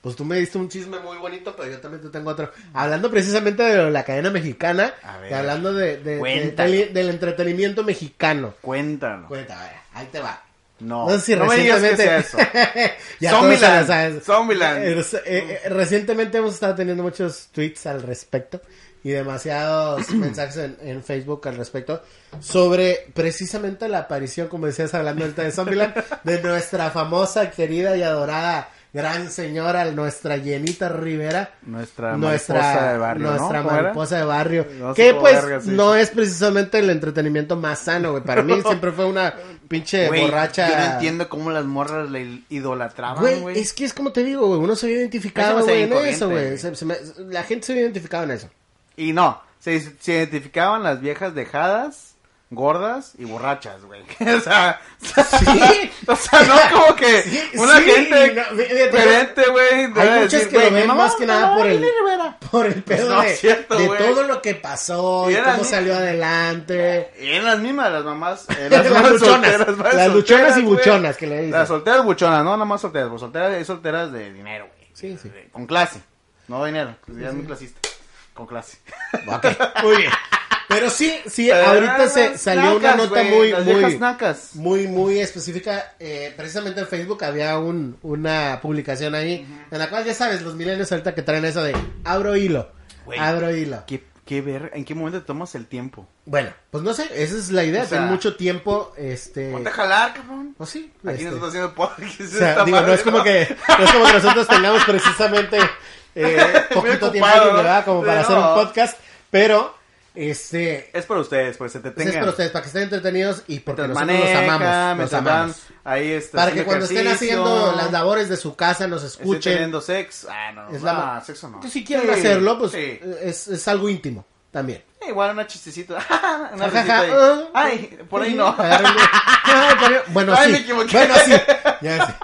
Speaker 1: Pues tú me diste un chisme muy bonito, pero yo también te tengo otro. Hablando precisamente de la cadena mexicana,
Speaker 2: A ver.
Speaker 1: y hablando de, de- de-
Speaker 2: Cuéntalo.
Speaker 1: del, del entretenimiento mexicano.
Speaker 2: Cuéntalo.
Speaker 1: Cuenta, a ver, ahí te va.
Speaker 2: No,
Speaker 1: sé si
Speaker 2: no me digas que sea eso.
Speaker 1: Ya todos
Speaker 2: Zombieland,
Speaker 1: se la saben.
Speaker 2: Zombieland.
Speaker 1: Eh, eh, eh, recientemente hemos estado teniendo muchos tweets al respecto y demasiados mensajes en, en Facebook al respecto sobre precisamente la aparición, como decías hablando ahorita de Zombieland, de nuestra famosa, querida y adorada gran señora, nuestra Yenita Rivera.
Speaker 2: Nuestra,
Speaker 1: Nuestra,
Speaker 2: mariposa de barrio,
Speaker 1: nuestra
Speaker 2: ¿no? ¿Cómo era?
Speaker 1: mariposa de barrio.
Speaker 2: No sé
Speaker 1: que
Speaker 2: cómo
Speaker 1: pues
Speaker 2: verga se
Speaker 1: no
Speaker 2: dice.
Speaker 1: es precisamente el entretenimiento más sano, güey. Para mí siempre fue una pinche
Speaker 2: Güey,
Speaker 1: borracha.
Speaker 2: Yo no entiendo cómo las morras la il- idolatraban,
Speaker 1: Güey,
Speaker 2: güey.
Speaker 1: es que es como te digo, güey. Uno se ve
Speaker 2: Eso
Speaker 1: identificado,
Speaker 2: me
Speaker 1: güey, en
Speaker 2: hace bien
Speaker 1: eso,
Speaker 2: corriente,
Speaker 1: güey. Se- se me- La gente se ve identificada en eso.
Speaker 2: Y no, se, se identificaban las viejas dejadas, gordas y borrachas, güey. o sea,
Speaker 1: Sí.
Speaker 2: o sea, no como que
Speaker 1: Sí,
Speaker 2: una
Speaker 1: sí,
Speaker 2: gente
Speaker 1: no, fíjate,
Speaker 2: diferente, güey.
Speaker 1: Hay
Speaker 2: debe
Speaker 1: muchas
Speaker 2: decir,
Speaker 1: que lo
Speaker 2: güey,
Speaker 1: ven
Speaker 2: mi
Speaker 1: más que
Speaker 2: me
Speaker 1: nada
Speaker 2: la
Speaker 1: por
Speaker 2: va a
Speaker 1: el-
Speaker 2: Jenny Rivera.
Speaker 1: Por el pedo
Speaker 2: No,
Speaker 1: de,
Speaker 2: es cierto,
Speaker 1: de
Speaker 2: güey.
Speaker 1: todo lo que pasó y,
Speaker 2: Y eran
Speaker 1: cómo
Speaker 2: ni-
Speaker 1: salió adelante.
Speaker 2: Y eran las mismas, las mamás. eh,
Speaker 1: Las
Speaker 2: mamás
Speaker 1: luchonas.
Speaker 2: solteras,
Speaker 1: Las
Speaker 2: solteras,
Speaker 1: luchonas y
Speaker 2: güey.
Speaker 1: buchonas, que le dicen.
Speaker 2: Las solteras buchonas, no nada más solteras. Pues solteras hay solteras de dinero, güey.
Speaker 1: Sí, sí.
Speaker 2: De- Con clase. No dinero, pues ya es muy clasista. Con clase.
Speaker 1: Ok, muy bien. Pero sí, sí,
Speaker 2: Pero
Speaker 1: ahorita
Speaker 2: eran
Speaker 1: se
Speaker 2: las
Speaker 1: salió una
Speaker 2: nacas,
Speaker 1: nota
Speaker 2: güey,
Speaker 1: muy,
Speaker 2: las
Speaker 1: muy,
Speaker 2: viejas nacas.
Speaker 1: muy, muy específica. eh, precisamente en Facebook había un, una publicación ahí en la cual ya sabes, los milenios ahorita que traen eso de abro hilo,
Speaker 2: Güey.
Speaker 1: abro hilo.
Speaker 2: ¿Qué, qué ver? ¿En qué momento te tomas el tiempo?
Speaker 1: Bueno, pues no sé, esa es la idea.
Speaker 2: O sea,
Speaker 1: Ten mucho tiempo, este.
Speaker 2: Ponte a jalar, cabrón.
Speaker 1: Pues sí.
Speaker 2: Aquí
Speaker 1: este,
Speaker 2: no estás haciendo podcast.
Speaker 1: o sea, digo, no es como que, no es como que nosotros tengamos precisamente eh, poquito
Speaker 2: ocupado,
Speaker 1: tiempo
Speaker 2: ¿no?
Speaker 1: ¿verdad? como para
Speaker 2: Sí,
Speaker 1: hacer un
Speaker 2: no.
Speaker 1: podcast, pero este
Speaker 2: Es para ustedes, pues se te
Speaker 1: es
Speaker 2: tengan.
Speaker 1: para ustedes para que estén entretenidos y porque
Speaker 2: Mientras
Speaker 1: nosotros los
Speaker 2: manejan,
Speaker 1: amamos, los
Speaker 2: mientras van
Speaker 1: amamos.
Speaker 2: Ahí está.
Speaker 1: Para que
Speaker 2: haciendo
Speaker 1: cuando estén
Speaker 2: ejercicio,
Speaker 1: haciendo las labores de su casa nos
Speaker 2: estén
Speaker 1: escuchen.
Speaker 2: teniendo sexo. Ah, no, no.
Speaker 1: Es la-
Speaker 2: ah, sexo no.
Speaker 1: Que si quieren
Speaker 2: Sí,
Speaker 1: hacerlo, pues
Speaker 2: sí.
Speaker 1: es, es algo íntimo también.
Speaker 2: Eh, Igual una chistecita. una
Speaker 1: Ja, ja,
Speaker 2: risita
Speaker 1: ja,
Speaker 2: ahí.
Speaker 1: ah,
Speaker 2: Ay, por ahí no.
Speaker 1: Agárrenle. Ay, por ahí- Bueno,
Speaker 2: Ay,
Speaker 1: sí.
Speaker 2: me equivoqué.
Speaker 1: Bueno, sí. Ya sé.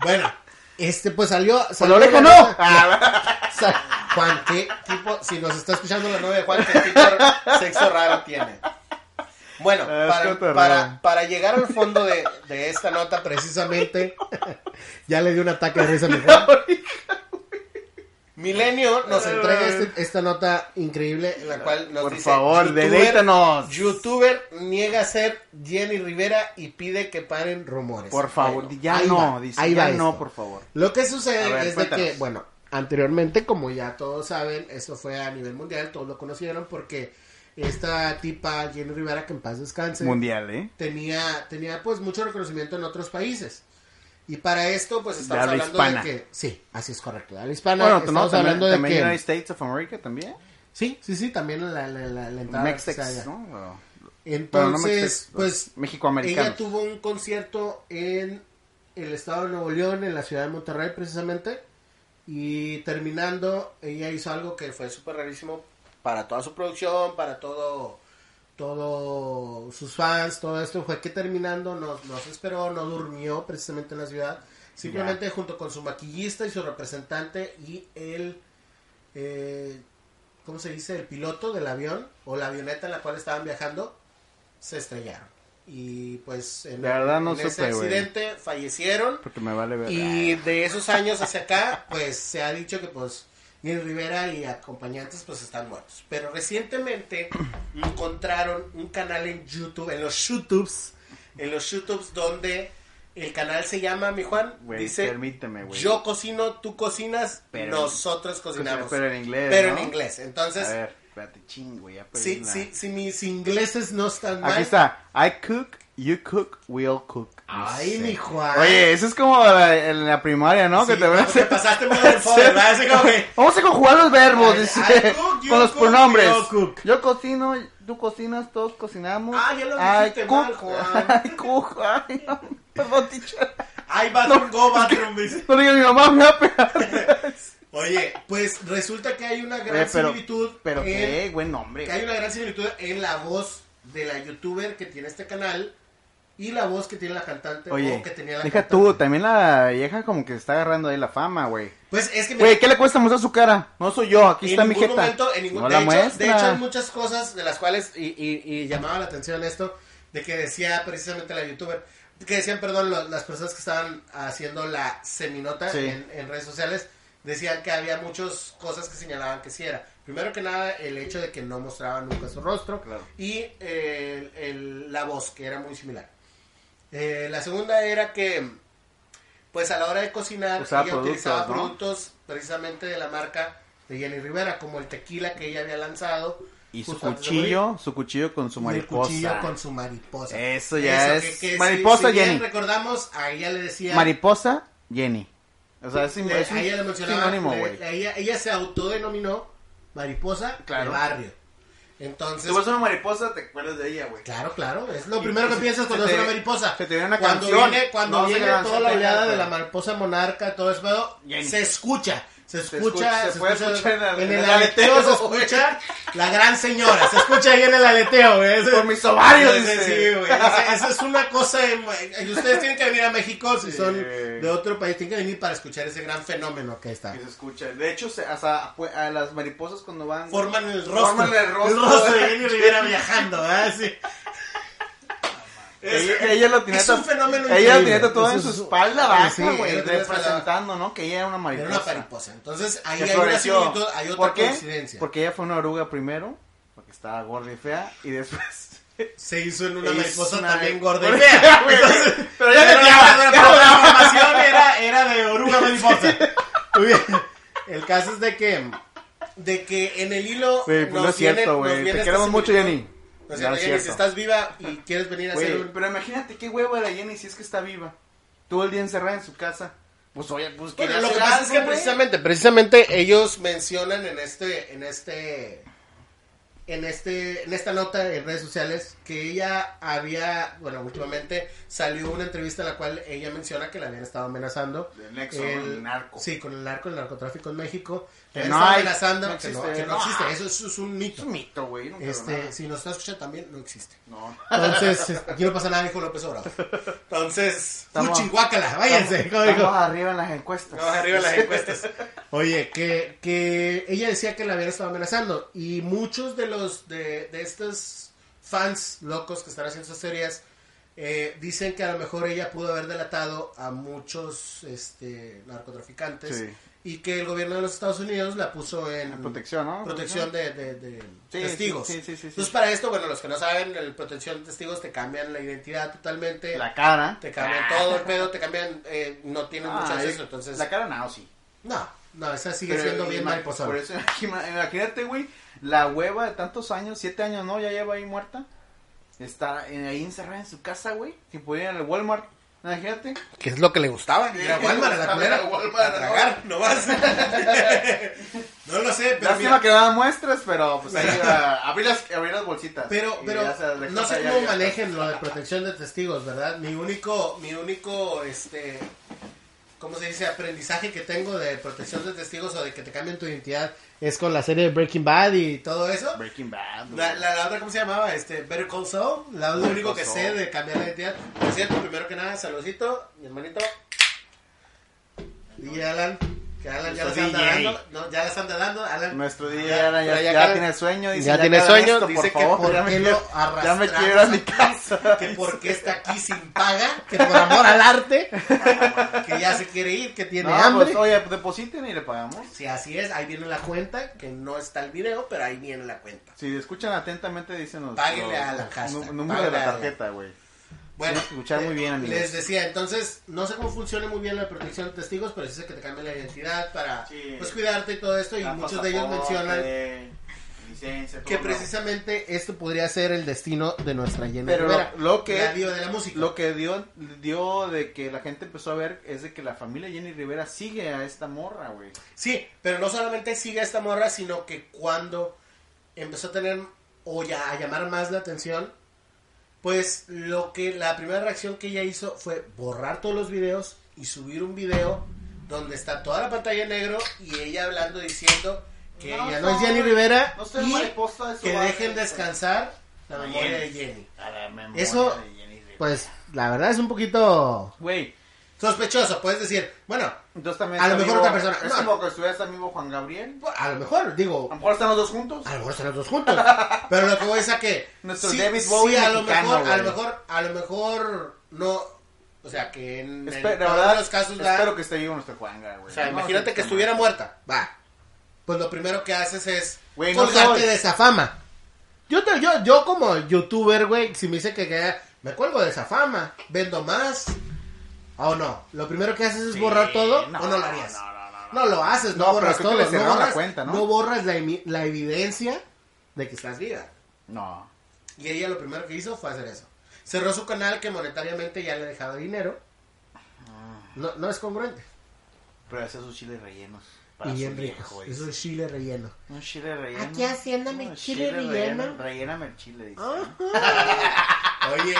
Speaker 1: Bueno, este, pues salió.
Speaker 2: Por
Speaker 1: salió
Speaker 2: la
Speaker 1: la
Speaker 2: oreja no.
Speaker 1: nota-
Speaker 2: Ah,
Speaker 1: Sa- Juan, ¿qué tipo? Si nos está escuchando la novia de Juan, ¿qué tipo de sexo raro tiene? Bueno,
Speaker 2: Ah, es
Speaker 1: para,
Speaker 2: cotorreo.
Speaker 1: para, para llegar al fondo de, de esta nota, precisamente, ya le di un ataque de risa a mi Juan. Milenio nos entrega este- esta nota increíble en la cual nos
Speaker 2: Por
Speaker 1: dice,
Speaker 2: favor,
Speaker 1: "Youtuber-
Speaker 2: deleítanos".
Speaker 1: Youtuber niega ser Jenny Rivera y pide que paren rumores.
Speaker 2: por favor,
Speaker 1: Bueno,
Speaker 2: ya
Speaker 1: ahí
Speaker 2: no.
Speaker 1: va,
Speaker 2: dice,
Speaker 1: ahí
Speaker 2: ya
Speaker 1: va
Speaker 2: no,
Speaker 1: esto.
Speaker 2: por favor.
Speaker 1: Lo que
Speaker 2: A
Speaker 1: sucede
Speaker 2: ver,
Speaker 1: es de
Speaker 2: cuéntanos.
Speaker 1: que, bueno, anteriormente, como ya todos saben, esto fue a nivel mundial, todos lo conocieron porque esta tipa, Jenny Rivera, que en paz descanse,
Speaker 2: Mundial, ¿eh?
Speaker 1: tenía, tenía pues mucho reconocimiento en otros países. Y para esto, pues estamos
Speaker 2: habla
Speaker 1: hablando
Speaker 2: hispana.
Speaker 1: de que. Sí, así es correcto. De habla hispana,
Speaker 2: Bueno, no,
Speaker 1: estamos
Speaker 2: también,
Speaker 1: hablando de
Speaker 2: también
Speaker 1: que.
Speaker 2: United States of America también.
Speaker 1: Sí, sí, sí, también la, la, la, la entrada.
Speaker 2: Mextex,
Speaker 1: o sea, ya.
Speaker 2: ¿no? Bueno, no
Speaker 1: Entonces,
Speaker 2: Mextex,
Speaker 1: pues
Speaker 2: mexicoamericanos.
Speaker 1: ella tuvo un concierto en el estado de Nuevo León, en la ciudad de Monterrey precisamente, y terminando, ella hizo algo que fue súper rarísimo para toda su producción, para todo, todo sus fans, todo esto, fue que terminando no, no se esperó, no durmió precisamente en la ciudad, simplemente junto con su maquillista y su representante y el... eh, ¿Cómo se dice? El piloto del avión o la avioneta en la cual estaban viajando se estrellaron. Y pues en,
Speaker 2: La verdad no
Speaker 1: en ese
Speaker 2: supe, güey.
Speaker 1: accidente fallecieron.
Speaker 2: Porque me vale ver.
Speaker 1: Y de esos años hacia acá, pues se ha dicho que pues Neil Rivera y acompañantes pues están muertos. Pero recientemente encontraron un canal en YouTube, en los YouTubes, en los YouTubes donde el canal se llama, mi Juan,
Speaker 2: Güey,
Speaker 1: dice
Speaker 2: permíteme, güey.
Speaker 1: yo cocino, tú cocinas,
Speaker 2: Pero-
Speaker 1: nosotros cocinamos.
Speaker 2: pero en inglés,
Speaker 1: Pero
Speaker 2: ¿no?
Speaker 1: en inglés. Entonces,
Speaker 2: A pues, ver, espérate, chingo, ya perdí
Speaker 1: si,
Speaker 2: la-
Speaker 1: si, si mis ingleses no están mal.
Speaker 2: Aquí está. I cook, You cook, we'll cook. No
Speaker 1: Ay,
Speaker 2: sé.
Speaker 1: mi Juan.
Speaker 2: Oye, eso es como la- en la primaria,
Speaker 1: Sí,
Speaker 2: ¿no? que te van a
Speaker 1: te
Speaker 2: hacer-
Speaker 1: pasaste por el fondo, ¿verdad? Así como que-
Speaker 2: Vamos a conjugar los verbos,
Speaker 1: I-
Speaker 2: dice,
Speaker 1: I cook, you
Speaker 2: con los
Speaker 1: cook,
Speaker 2: pronombres.
Speaker 1: we all cook.
Speaker 2: Yo cocino, tú cocinas, todos cocinamos.
Speaker 1: Ah, ya lo
Speaker 2: I
Speaker 1: dijiste
Speaker 2: cook.
Speaker 1: mal, Juan.
Speaker 2: I cook, ay, no, perdón, teacher.
Speaker 1: Ay, bathroom, go bathroom, dice.
Speaker 2: No le digas a mi mamá, me va a pegar.
Speaker 1: Oye, pues resulta que hay una gran
Speaker 2: Oye, Eh, pero,
Speaker 1: similitud.
Speaker 2: pero
Speaker 1: en-
Speaker 2: qué buen nombre.
Speaker 1: que hay una gran similitud en la voz de la youtuber que tiene este canal y la voz que tiene la cantante
Speaker 2: Oye,
Speaker 1: o que tenía la
Speaker 2: deja
Speaker 1: cantante.
Speaker 2: tú, también la vieja como que está agarrando ahí la fama, güey.
Speaker 1: Pues es que mira,
Speaker 2: Güey, ¿qué le cuesta mostrar su cara? No soy yo, aquí
Speaker 1: en
Speaker 2: está mi
Speaker 1: ningún
Speaker 2: jeta.
Speaker 1: momento, en ningún
Speaker 2: no
Speaker 1: de
Speaker 2: la
Speaker 1: hecho,
Speaker 2: muestra.
Speaker 1: de hecho, hay muchas cosas de las cuales y, y- y llamaba la atención esto de que decía precisamente la youtuber que decían, perdón, lo- las personas que estaban haciendo la seminota
Speaker 2: Sí.
Speaker 1: en, en redes sociales decían que había muchas cosas que señalaban que sí era. Primero que nada, el hecho de que no mostraba nunca su rostro
Speaker 2: Claro.
Speaker 1: y eh, el- el- la voz, que era muy similar. Eh, la segunda era que, pues a la hora de cocinar,
Speaker 2: Usaba
Speaker 1: ella
Speaker 2: productos,
Speaker 1: utilizaba
Speaker 2: ¿no?
Speaker 1: productos precisamente de la marca de Jenny Rivera, como el tequila que ella había lanzado.
Speaker 2: Y su
Speaker 1: justo antes de morir,
Speaker 2: cuchillo, su cuchillo con su
Speaker 1: y el
Speaker 2: mariposa.
Speaker 1: cuchillo con su mariposa.
Speaker 2: Eso ya
Speaker 1: que-
Speaker 2: es
Speaker 1: que si-
Speaker 2: mariposa
Speaker 1: si bien
Speaker 2: Jenny.
Speaker 1: recordamos, a ella le decía...
Speaker 2: Mariposa, Jenny. O sea, es, sim-
Speaker 1: le-
Speaker 2: es un
Speaker 1: a ella le mencionaba...
Speaker 2: sinónimo,
Speaker 1: le-
Speaker 2: güey.
Speaker 1: a ella, ella se autodenominó mariposa
Speaker 2: Claro.
Speaker 1: de barrio. Entonces...
Speaker 2: Tú ves una mariposa, te acuerdas de ella, güey.
Speaker 1: Claro, claro, es lo primero que
Speaker 2: se-
Speaker 1: piensas
Speaker 2: se
Speaker 1: cuando
Speaker 2: te-
Speaker 1: es una mariposa.
Speaker 2: se te viene una
Speaker 1: cuando
Speaker 2: canción.
Speaker 1: Viene, cuando
Speaker 2: No, se
Speaker 1: viene
Speaker 2: lanza,
Speaker 1: toda la
Speaker 2: se
Speaker 1: oleada
Speaker 2: lanza.
Speaker 1: de la mariposa monarca, todo eso, pedo,
Speaker 2: Jenny.
Speaker 1: se escucha. Se
Speaker 2: escucha,
Speaker 1: escucha,
Speaker 2: se puede escuchar en el-
Speaker 1: en
Speaker 2: en
Speaker 1: el
Speaker 2: el
Speaker 1: aleteo, se
Speaker 2: aleteo, güey.
Speaker 1: escucha la gran señora, se escucha ahí en el aleteo, güey. Eso-
Speaker 2: Por mis ovarios,
Speaker 1: Sí,
Speaker 2: dice.
Speaker 1: sí, güey. Esa- Esa es una cosa. de- y ustedes tienen que venir a México si
Speaker 2: Sí.
Speaker 1: son de otro país, tienen que venir para escuchar ese gran fenómeno que ahí está.
Speaker 2: Que se escucha. De hecho, se- hasta pu- a las mariposas cuando van.
Speaker 1: Forman el rostro.
Speaker 2: Forman el rostro.
Speaker 1: de Jenny Rivera viajando, ¿verdad? Sí.
Speaker 2: Ella, ella lo tenía
Speaker 1: Es un
Speaker 2: tatu-
Speaker 1: fenómeno
Speaker 2: Ella lo
Speaker 1: increíble.
Speaker 2: tenía tatuado en
Speaker 1: Eso
Speaker 2: su
Speaker 1: es-
Speaker 2: espalda
Speaker 1: Sí,
Speaker 2: baja,
Speaker 1: ella
Speaker 2: güey.
Speaker 1: lo tenía
Speaker 2: representando, ¿no? Que ella era una mariposa.
Speaker 1: Era una mariposa. Entonces ahí
Speaker 2: Que
Speaker 1: hay una
Speaker 2: floreció.
Speaker 1: similitud, hay otra
Speaker 2: ¿Por qué?
Speaker 1: coincidencia.
Speaker 2: Porque ella fue una oruga primero, porque estaba gorda y fea, y después.
Speaker 1: Se hizo en una
Speaker 2: Es
Speaker 1: mariposa
Speaker 2: una-
Speaker 1: también gorda y
Speaker 2: Gorda y
Speaker 1: fea.
Speaker 2: fea, güey.
Speaker 1: Entonces,
Speaker 2: Pero ya
Speaker 1: era
Speaker 2: le
Speaker 1: una-
Speaker 2: daba,
Speaker 1: la programación era, era de oruga mariposa. Muy bien. El caso es de que, de que en el hilo.
Speaker 2: Güey, pues
Speaker 1: nos
Speaker 2: no es
Speaker 1: viene-
Speaker 2: cierto,
Speaker 1: nos
Speaker 2: güey.
Speaker 1: viene este
Speaker 2: Te
Speaker 1: esta
Speaker 2: queremos mucho,
Speaker 1: similitud.
Speaker 2: Jenny.
Speaker 1: O sea,
Speaker 2: No es
Speaker 1: Jenny, si
Speaker 2: cierto.
Speaker 1: estás viva y quieres venir a hacer
Speaker 2: Güey,
Speaker 1: un.
Speaker 2: pero imagínate qué huevo era Jenny si es que está viva. Todo el día encerrada en su casa. Pues oye, pues
Speaker 1: Bueno,
Speaker 2: quería
Speaker 1: lo que
Speaker 2: hacer
Speaker 1: pasa es
Speaker 2: algo,
Speaker 1: que
Speaker 2: güey.
Speaker 1: precisamente, precisamente ellos mencionan en este, en este, en este, en esta nota en redes sociales que ella había, bueno, últimamente salió una entrevista en la cual ella menciona que la habían estado amenazando.
Speaker 2: Del nexo, el narco.
Speaker 1: Sí, con el narco, el narcotráfico en México.
Speaker 2: Que
Speaker 1: Que
Speaker 2: no
Speaker 1: no
Speaker 2: hay,
Speaker 1: amenazando,
Speaker 2: no
Speaker 1: que, no,
Speaker 2: existe,
Speaker 1: que no
Speaker 2: no
Speaker 1: existe,
Speaker 2: hay.
Speaker 1: eso, eso es un
Speaker 2: Es
Speaker 1: mito.
Speaker 2: un mito, güey. no creo nada.
Speaker 1: Este, si nos está escuchando también, no existe.
Speaker 2: No.
Speaker 1: Entonces, este, aquí no pasa nada, dijo López Obrador. Entonces,
Speaker 2: Estamos-
Speaker 1: Puchihuacala, váyanse. como dijo.
Speaker 2: Estamos arriba en las encuestas.
Speaker 1: Vamos arriba las encuestas. Oye, que, que ella decía que la habían estado amenazando. Y muchos de los de, de estos fans locos que están haciendo esas teorías eh, dicen que a lo mejor ella pudo haber delatado a muchos este, narcotraficantes.
Speaker 2: Sí.
Speaker 1: Y que el gobierno de los Estados Unidos la puso en
Speaker 2: En protección, ¿no?
Speaker 1: protección de, de- de
Speaker 2: Sí,
Speaker 1: testigos.
Speaker 2: sí, sí, sí, sí, sí.
Speaker 1: Entonces, para esto, bueno, los que no saben, el protección de testigos te cambian la identidad totalmente.
Speaker 2: La cara.
Speaker 1: Te cambian todo el pedo, te cambian, eh, no tienen
Speaker 2: Ah,
Speaker 1: mucho
Speaker 2: es-
Speaker 1: acceso, entonces...
Speaker 2: La cara no, sí.
Speaker 1: No, no, esa sigue
Speaker 2: Pero
Speaker 1: siendo bien
Speaker 2: ima-
Speaker 1: mariposa.
Speaker 2: Por eso, ima- imagínate, güey, la hueva de tantos años, siete años, ¿no? Ya lleva ahí muerta. Está en- ahí encerrada en su casa, güey. Si pudiera ir al Walmart, imagínate.
Speaker 1: ¿Qué es lo que le gustaba?
Speaker 2: Sí,
Speaker 1: Ir a Walmart, a la
Speaker 2: a
Speaker 1: culera.
Speaker 2: ver, a Walmart,
Speaker 1: a tragar, nomás. no lo sé, pero
Speaker 2: Lástima
Speaker 1: mira,
Speaker 2: que no dan muestras, pero pues ahí va. Abrí las, abrí las bolsitas.
Speaker 1: Pero,
Speaker 2: Y
Speaker 1: pero
Speaker 2: ya se las dejó
Speaker 1: no sé
Speaker 2: allá
Speaker 1: cómo
Speaker 2: abiertas.
Speaker 1: manejen lo de protección de testigos, ¿verdad? Mi único, mi único, este, ¿cómo se dice? Aprendizaje que tengo de protección de testigos o de que te cambien tu identidad es con la serie de Breaking Bad y todo eso.
Speaker 2: Breaking Bad. güey.
Speaker 1: La, la, la otra, ¿cómo se llamaba? Este, Better Call Saul. La, lo único que
Speaker 2: Saul.
Speaker 1: sé de cambiar la identidad. Por cierto, primero que nada, saludcito, mi hermanito. DJ Alan. Que Alan ya la
Speaker 2: Nuestro
Speaker 1: anda
Speaker 2: DJ.
Speaker 1: dando. No, ya las anda dando. Alan.
Speaker 2: Nuestro
Speaker 1: Ah,
Speaker 2: día ya, ya,
Speaker 1: pero
Speaker 2: ya
Speaker 1: cada-
Speaker 2: tiene sueño. Dice,
Speaker 1: ya tiene
Speaker 2: cada
Speaker 1: sueño,
Speaker 2: esto,
Speaker 1: dice
Speaker 2: por
Speaker 1: que
Speaker 2: favor,
Speaker 1: por
Speaker 2: ya me
Speaker 1: qué lo
Speaker 2: quiero- Ya me
Speaker 1: arrastramos
Speaker 2: quiero ir a mi
Speaker 1: aquí.
Speaker 2: casa.
Speaker 1: Que porque está aquí sin paga. Que por amor al arte. Que ya se quiere ir. Que tiene
Speaker 2: No,
Speaker 1: hambre.
Speaker 2: pues, oye, depositen y le pagamos.
Speaker 1: Si así es, ahí viene la cuenta. Que no está el video, pero ahí viene la cuenta.
Speaker 2: Si escuchan atentamente, dicen los.
Speaker 1: Páguenle
Speaker 2: los-
Speaker 1: a la hashtag,
Speaker 2: nú- Número
Speaker 1: páguenle
Speaker 2: de la
Speaker 1: a la-
Speaker 2: tarjeta, güey.
Speaker 1: Bueno, eh,
Speaker 2: Tienes que escuchar muy bien, amigos.
Speaker 1: Les decía, entonces, no sé cómo funciona muy bien la protección de testigos, pero sí sé que te cambia la identidad para
Speaker 2: Sí.
Speaker 1: pues, cuidarte y todo esto. Y
Speaker 2: Ah,
Speaker 1: muchos de ellos
Speaker 2: pasaporte,
Speaker 1: mencionan
Speaker 2: licencia, beneficencia.
Speaker 1: Que
Speaker 2: todo, ¿no?
Speaker 1: precisamente esto podría ser el destino de nuestra Jenny
Speaker 2: Pero lo-
Speaker 1: Rivera,
Speaker 2: lo que-
Speaker 1: la diva de la música.
Speaker 2: Lo que dio, dio de que la gente empezó a ver es de que la familia Jenny Rivera sigue a esta morra, güey.
Speaker 1: Sí, pero no solamente sigue a esta morra, sino que cuando empezó a tener o ya a llamar más la atención, pues lo que la primera reacción que ella hizo fue borrar todos los videos y subir un video donde está toda la pantalla en negro y ella hablando diciendo que
Speaker 2: No
Speaker 1: ella no es
Speaker 2: soy-
Speaker 1: Jenny Rivera
Speaker 2: no soy
Speaker 1: y
Speaker 2: mariposa de su
Speaker 1: que
Speaker 2: barrio,
Speaker 1: dejen
Speaker 2: güey.
Speaker 1: descansar la
Speaker 2: A
Speaker 1: memoria de
Speaker 2: Jenny.
Speaker 1: Jenny.
Speaker 2: A la memoria
Speaker 1: Eso-
Speaker 2: de Jenny Rivera.
Speaker 1: Pues la verdad es un poquito
Speaker 2: Güey,
Speaker 1: sospechoso, puedes decir, bueno,
Speaker 2: entonces también.
Speaker 1: A lo
Speaker 2: está
Speaker 1: mejor
Speaker 2: vivo-
Speaker 1: otra persona.
Speaker 2: Es
Speaker 1: No.
Speaker 2: como que estuvieras amigo Juan Gabriel.
Speaker 1: a lo mejor, digo,
Speaker 2: A lo mejor están los dos juntos.
Speaker 1: A lo mejor están los dos juntos. Pero lo que voy es a que.
Speaker 2: Nuestro David Bowie
Speaker 1: a, lo
Speaker 2: mexicano,
Speaker 1: mejor, a lo
Speaker 2: güey.
Speaker 1: mejor, a lo mejor no. O sea, que en, en
Speaker 2: Espe- la
Speaker 1: todos
Speaker 2: verdad,
Speaker 1: los casos. da-
Speaker 2: espero que esté vivo nuestro Juanga, güey.
Speaker 1: O sea,
Speaker 2: No,
Speaker 1: imagínate
Speaker 2: sí,
Speaker 1: que
Speaker 2: está
Speaker 1: estuviera
Speaker 2: mal.
Speaker 1: muerta. Va. Pues lo primero que haces es.
Speaker 2: Güey, no
Speaker 1: colgarte
Speaker 2: soy.
Speaker 1: de esa fama. Yo, te- yo, yo como youtuber, güey, si me dice que, que me cuelgo de esa fama, vendo más. ¿O no? Lo primero que haces es
Speaker 2: Sí,
Speaker 1: borrar todo
Speaker 2: no,
Speaker 1: o no lo harías.
Speaker 2: no, no, no, no.
Speaker 1: No lo haces, no,
Speaker 2: No, pero
Speaker 1: borras
Speaker 2: creo
Speaker 1: todo.
Speaker 2: que le
Speaker 1: no
Speaker 2: cerraron la
Speaker 1: borras,
Speaker 2: cuenta, ¿no?
Speaker 1: no borras la, emi- la evidencia de que estás viva.
Speaker 2: No.
Speaker 1: Y ella lo primero que hizo fue hacer eso. Cerró su canal que monetariamente ya le dejaba dinero.
Speaker 2: Ah.
Speaker 1: No, no es congruente.
Speaker 2: Pero hacía sus chiles rellenos.
Speaker 1: Y
Speaker 2: su
Speaker 1: bien
Speaker 2: viejo,
Speaker 1: rico.
Speaker 2: güey.
Speaker 1: Es un chile relleno.
Speaker 2: Un chile relleno.
Speaker 1: Aquí haciéndome
Speaker 2: Un
Speaker 1: chile relleno. Ah.
Speaker 2: Relléname el chile, dice.
Speaker 1: Oye,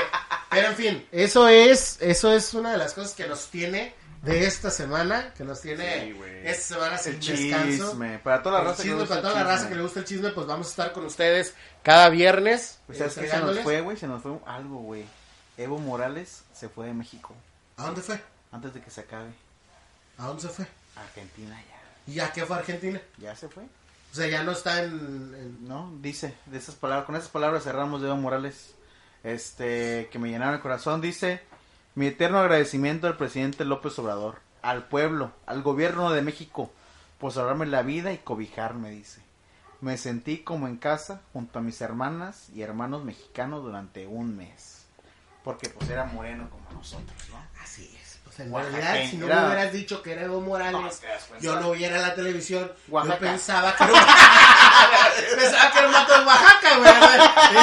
Speaker 1: pero en fin, eso es, eso es una de las cosas que nos tiene de esta semana, que nos tiene
Speaker 2: Sí, güey.
Speaker 1: esta semana sin
Speaker 2: El
Speaker 1: descanso.
Speaker 2: chisme. Para toda la
Speaker 1: El
Speaker 2: raza
Speaker 1: chisme,
Speaker 2: que le gusta
Speaker 1: para
Speaker 2: el
Speaker 1: toda la raza
Speaker 2: chisme.
Speaker 1: que le gusta el chisme, pues vamos a estar con ustedes cada viernes.
Speaker 2: Pues sabes
Speaker 1: eh,
Speaker 2: que se nos
Speaker 1: pegándoles.
Speaker 2: fue, güey, se nos fue algo, güey. Evo Morales se fue de México
Speaker 1: ¿A dónde fue?
Speaker 2: antes de que se acabe.
Speaker 1: ¿A dónde se fue?
Speaker 2: Argentina ya.
Speaker 1: ¿Y a qué fue a Argentina?
Speaker 2: ¿Ya se fue?
Speaker 1: O sea, ya no está en- en
Speaker 2: No, dice, de esas palabras, con esas palabras cerramos de Evo Morales, este, que me llenaron el corazón, dice, mi eterno agradecimiento al presidente López Obrador, al pueblo, al gobierno de México, por salvarme la vida y cobijarme, dice. Me sentí como en casa junto a mis hermanas y hermanos mexicanos durante un mes, porque pues era moreno como nosotros, ¿no?
Speaker 1: Así es. Pues en
Speaker 2: Oaxaqueño.
Speaker 1: realidad, si no
Speaker 2: Era-
Speaker 1: me hubieras dicho que era Evo
Speaker 2: No,
Speaker 1: Morales,
Speaker 2: te das cuenta.
Speaker 1: yo no viera la televisión.
Speaker 2: Oaxaca.
Speaker 1: Yo pensaba que era un... pensaba que era un vato de Oaxaca, güey. a ver, Es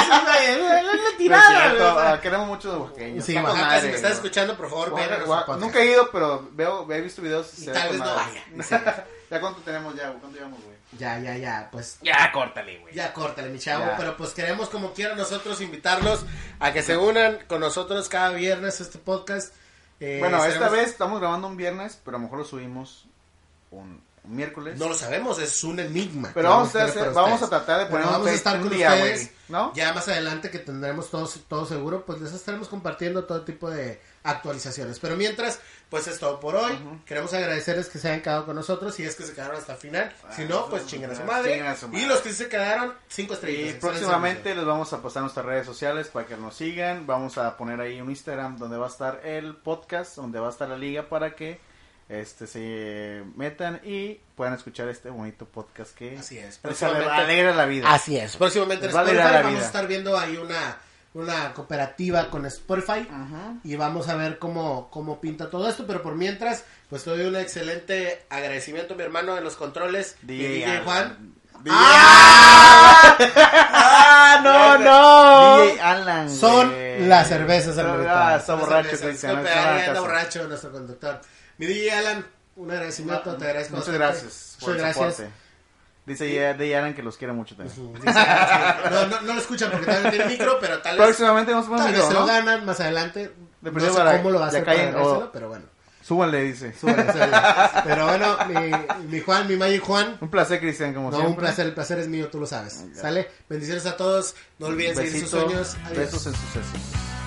Speaker 1: una, es una- es una
Speaker 2: Pero
Speaker 1: tirada,
Speaker 2: es cierto,
Speaker 1: güey. o
Speaker 2: ah, queremos mucho a los
Speaker 1: sea.
Speaker 2: oaxaqueños.
Speaker 1: Sí,
Speaker 2: Estamos
Speaker 1: Oaxaca,
Speaker 2: madre,
Speaker 1: si me
Speaker 2: güey.
Speaker 1: estás escuchando, por favor, ven a
Speaker 2: Oaxaca,
Speaker 1: nuestro
Speaker 2: Oaxaca.
Speaker 1: podcast.
Speaker 2: Nunca he ido, pero veo, he visto videos.
Speaker 1: Y
Speaker 2: se ve
Speaker 1: tal
Speaker 2: con
Speaker 1: vez no
Speaker 2: madre.
Speaker 1: vaya.
Speaker 2: ¿Ya cuánto tenemos ya? güey? ¿Cuánto llevamos, güey?
Speaker 1: Ya, ya, ya, pues...
Speaker 2: Ya, córtale, güey.
Speaker 1: Ya córtale, mi chavo,
Speaker 2: Ya.
Speaker 1: pero pues queremos como quiera nosotros invitarlos a que se unan con nosotros cada viernes a este podcast. Eh,
Speaker 2: Bueno, esta
Speaker 1: estaremos-
Speaker 2: vez estamos grabando un viernes, pero a lo mejor lo subimos un, un miércoles.
Speaker 1: No lo sabemos, es un enigma.
Speaker 2: Pero
Speaker 1: que
Speaker 2: vamos a
Speaker 1: tener
Speaker 2: hacer-
Speaker 1: para
Speaker 2: vamos
Speaker 1: ustedes.
Speaker 2: a tratar de
Speaker 1: Pero
Speaker 2: poner un
Speaker 1: Vamos a
Speaker 2: pe-
Speaker 1: estar
Speaker 2: un
Speaker 1: con
Speaker 2: día, güey,
Speaker 1: ustedes,
Speaker 2: ¿no?
Speaker 1: Ya más adelante que tendremos todo, todo seguro, pues les estaremos compartiendo todo tipo de actualizaciones. Pero mientras, pues es todo por hoy. Queremos agradecerles que se hayan quedado con nosotros y es que se quedaron hasta el final.
Speaker 2: Ah,
Speaker 1: si no,
Speaker 2: eso
Speaker 1: pues
Speaker 2: es-
Speaker 1: chingan a su
Speaker 2: ah,
Speaker 1: madre.
Speaker 2: chingan a su madre.
Speaker 1: Y los que sí se quedaron, cinco
Speaker 2: Y
Speaker 1: estrellas.
Speaker 2: próximamente les vamos a pasar nuestras redes sociales para que nos sigan. Vamos a poner ahí un Instagram donde va a estar el podcast, donde va a estar la liga para que este se metan y puedan escuchar este bonito podcast que
Speaker 1: Así es,
Speaker 2: les
Speaker 1: próximamente-
Speaker 2: alegra la vida.
Speaker 1: Así es. Próximamente en
Speaker 2: Les va a alegrar
Speaker 1: Spotify
Speaker 2: la
Speaker 1: vamos a
Speaker 2: vida.
Speaker 1: estar viendo ahí una, una cooperativa con Spotify.
Speaker 2: Ajá.
Speaker 1: y vamos a ver cómo, cómo pinta todo esto, pero por mientras, pues te doy un excelente agradecimiento a mi hermano de los controles, mi
Speaker 2: DJ
Speaker 1: DJ
Speaker 2: Alan.
Speaker 1: Juan.
Speaker 2: DJ
Speaker 1: ¡Ah,
Speaker 2: no, no. DJ Alan. güey.
Speaker 1: Son las cervezas,
Speaker 2: Ah,
Speaker 1: hermanito.
Speaker 2: está
Speaker 1: Son las
Speaker 2: borracho,
Speaker 1: cervezas.
Speaker 2: Cristian.
Speaker 1: Disculpe,
Speaker 2: no, no,
Speaker 1: ahí anda
Speaker 2: no,
Speaker 1: borracho nuestro conductor. Mi DJ Alan, un agradecimiento, te agradezco.
Speaker 2: Muchas
Speaker 1: bastante.
Speaker 2: gracias. por
Speaker 1: Muchas
Speaker 2: el
Speaker 1: gracias.
Speaker 2: soporte. Dice ya- DJ Alan que los quiere mucho también.
Speaker 1: Sí, sí, sí. No, no, no lo escuchan porque todavía no tiene micro, pero tal vez,
Speaker 2: Próximamente vamos a poner
Speaker 1: tal
Speaker 2: un
Speaker 1: vez
Speaker 2: video,
Speaker 1: se lo
Speaker 2: ¿no?
Speaker 1: ganan más adelante.
Speaker 2: De
Speaker 1: No sé
Speaker 2: perdido para-
Speaker 1: cómo lo va a
Speaker 2: ya
Speaker 1: hacer
Speaker 2: caen,
Speaker 1: para
Speaker 2: o-
Speaker 1: ganárselo, pero bueno.
Speaker 2: Súbanle, dice.
Speaker 1: Súbele, súbele. Pero bueno, mi, mi Juan, mi Magic Juan.
Speaker 2: Un placer, Cristian, como
Speaker 1: No,
Speaker 2: siempre.
Speaker 1: un placer, el placer es mío, tú lo sabes. ¿Sale? Bendiciones a todos. No olviden seguir sus
Speaker 2: Besito,
Speaker 1: sueños. Adiós.
Speaker 2: Besos en sus sesos.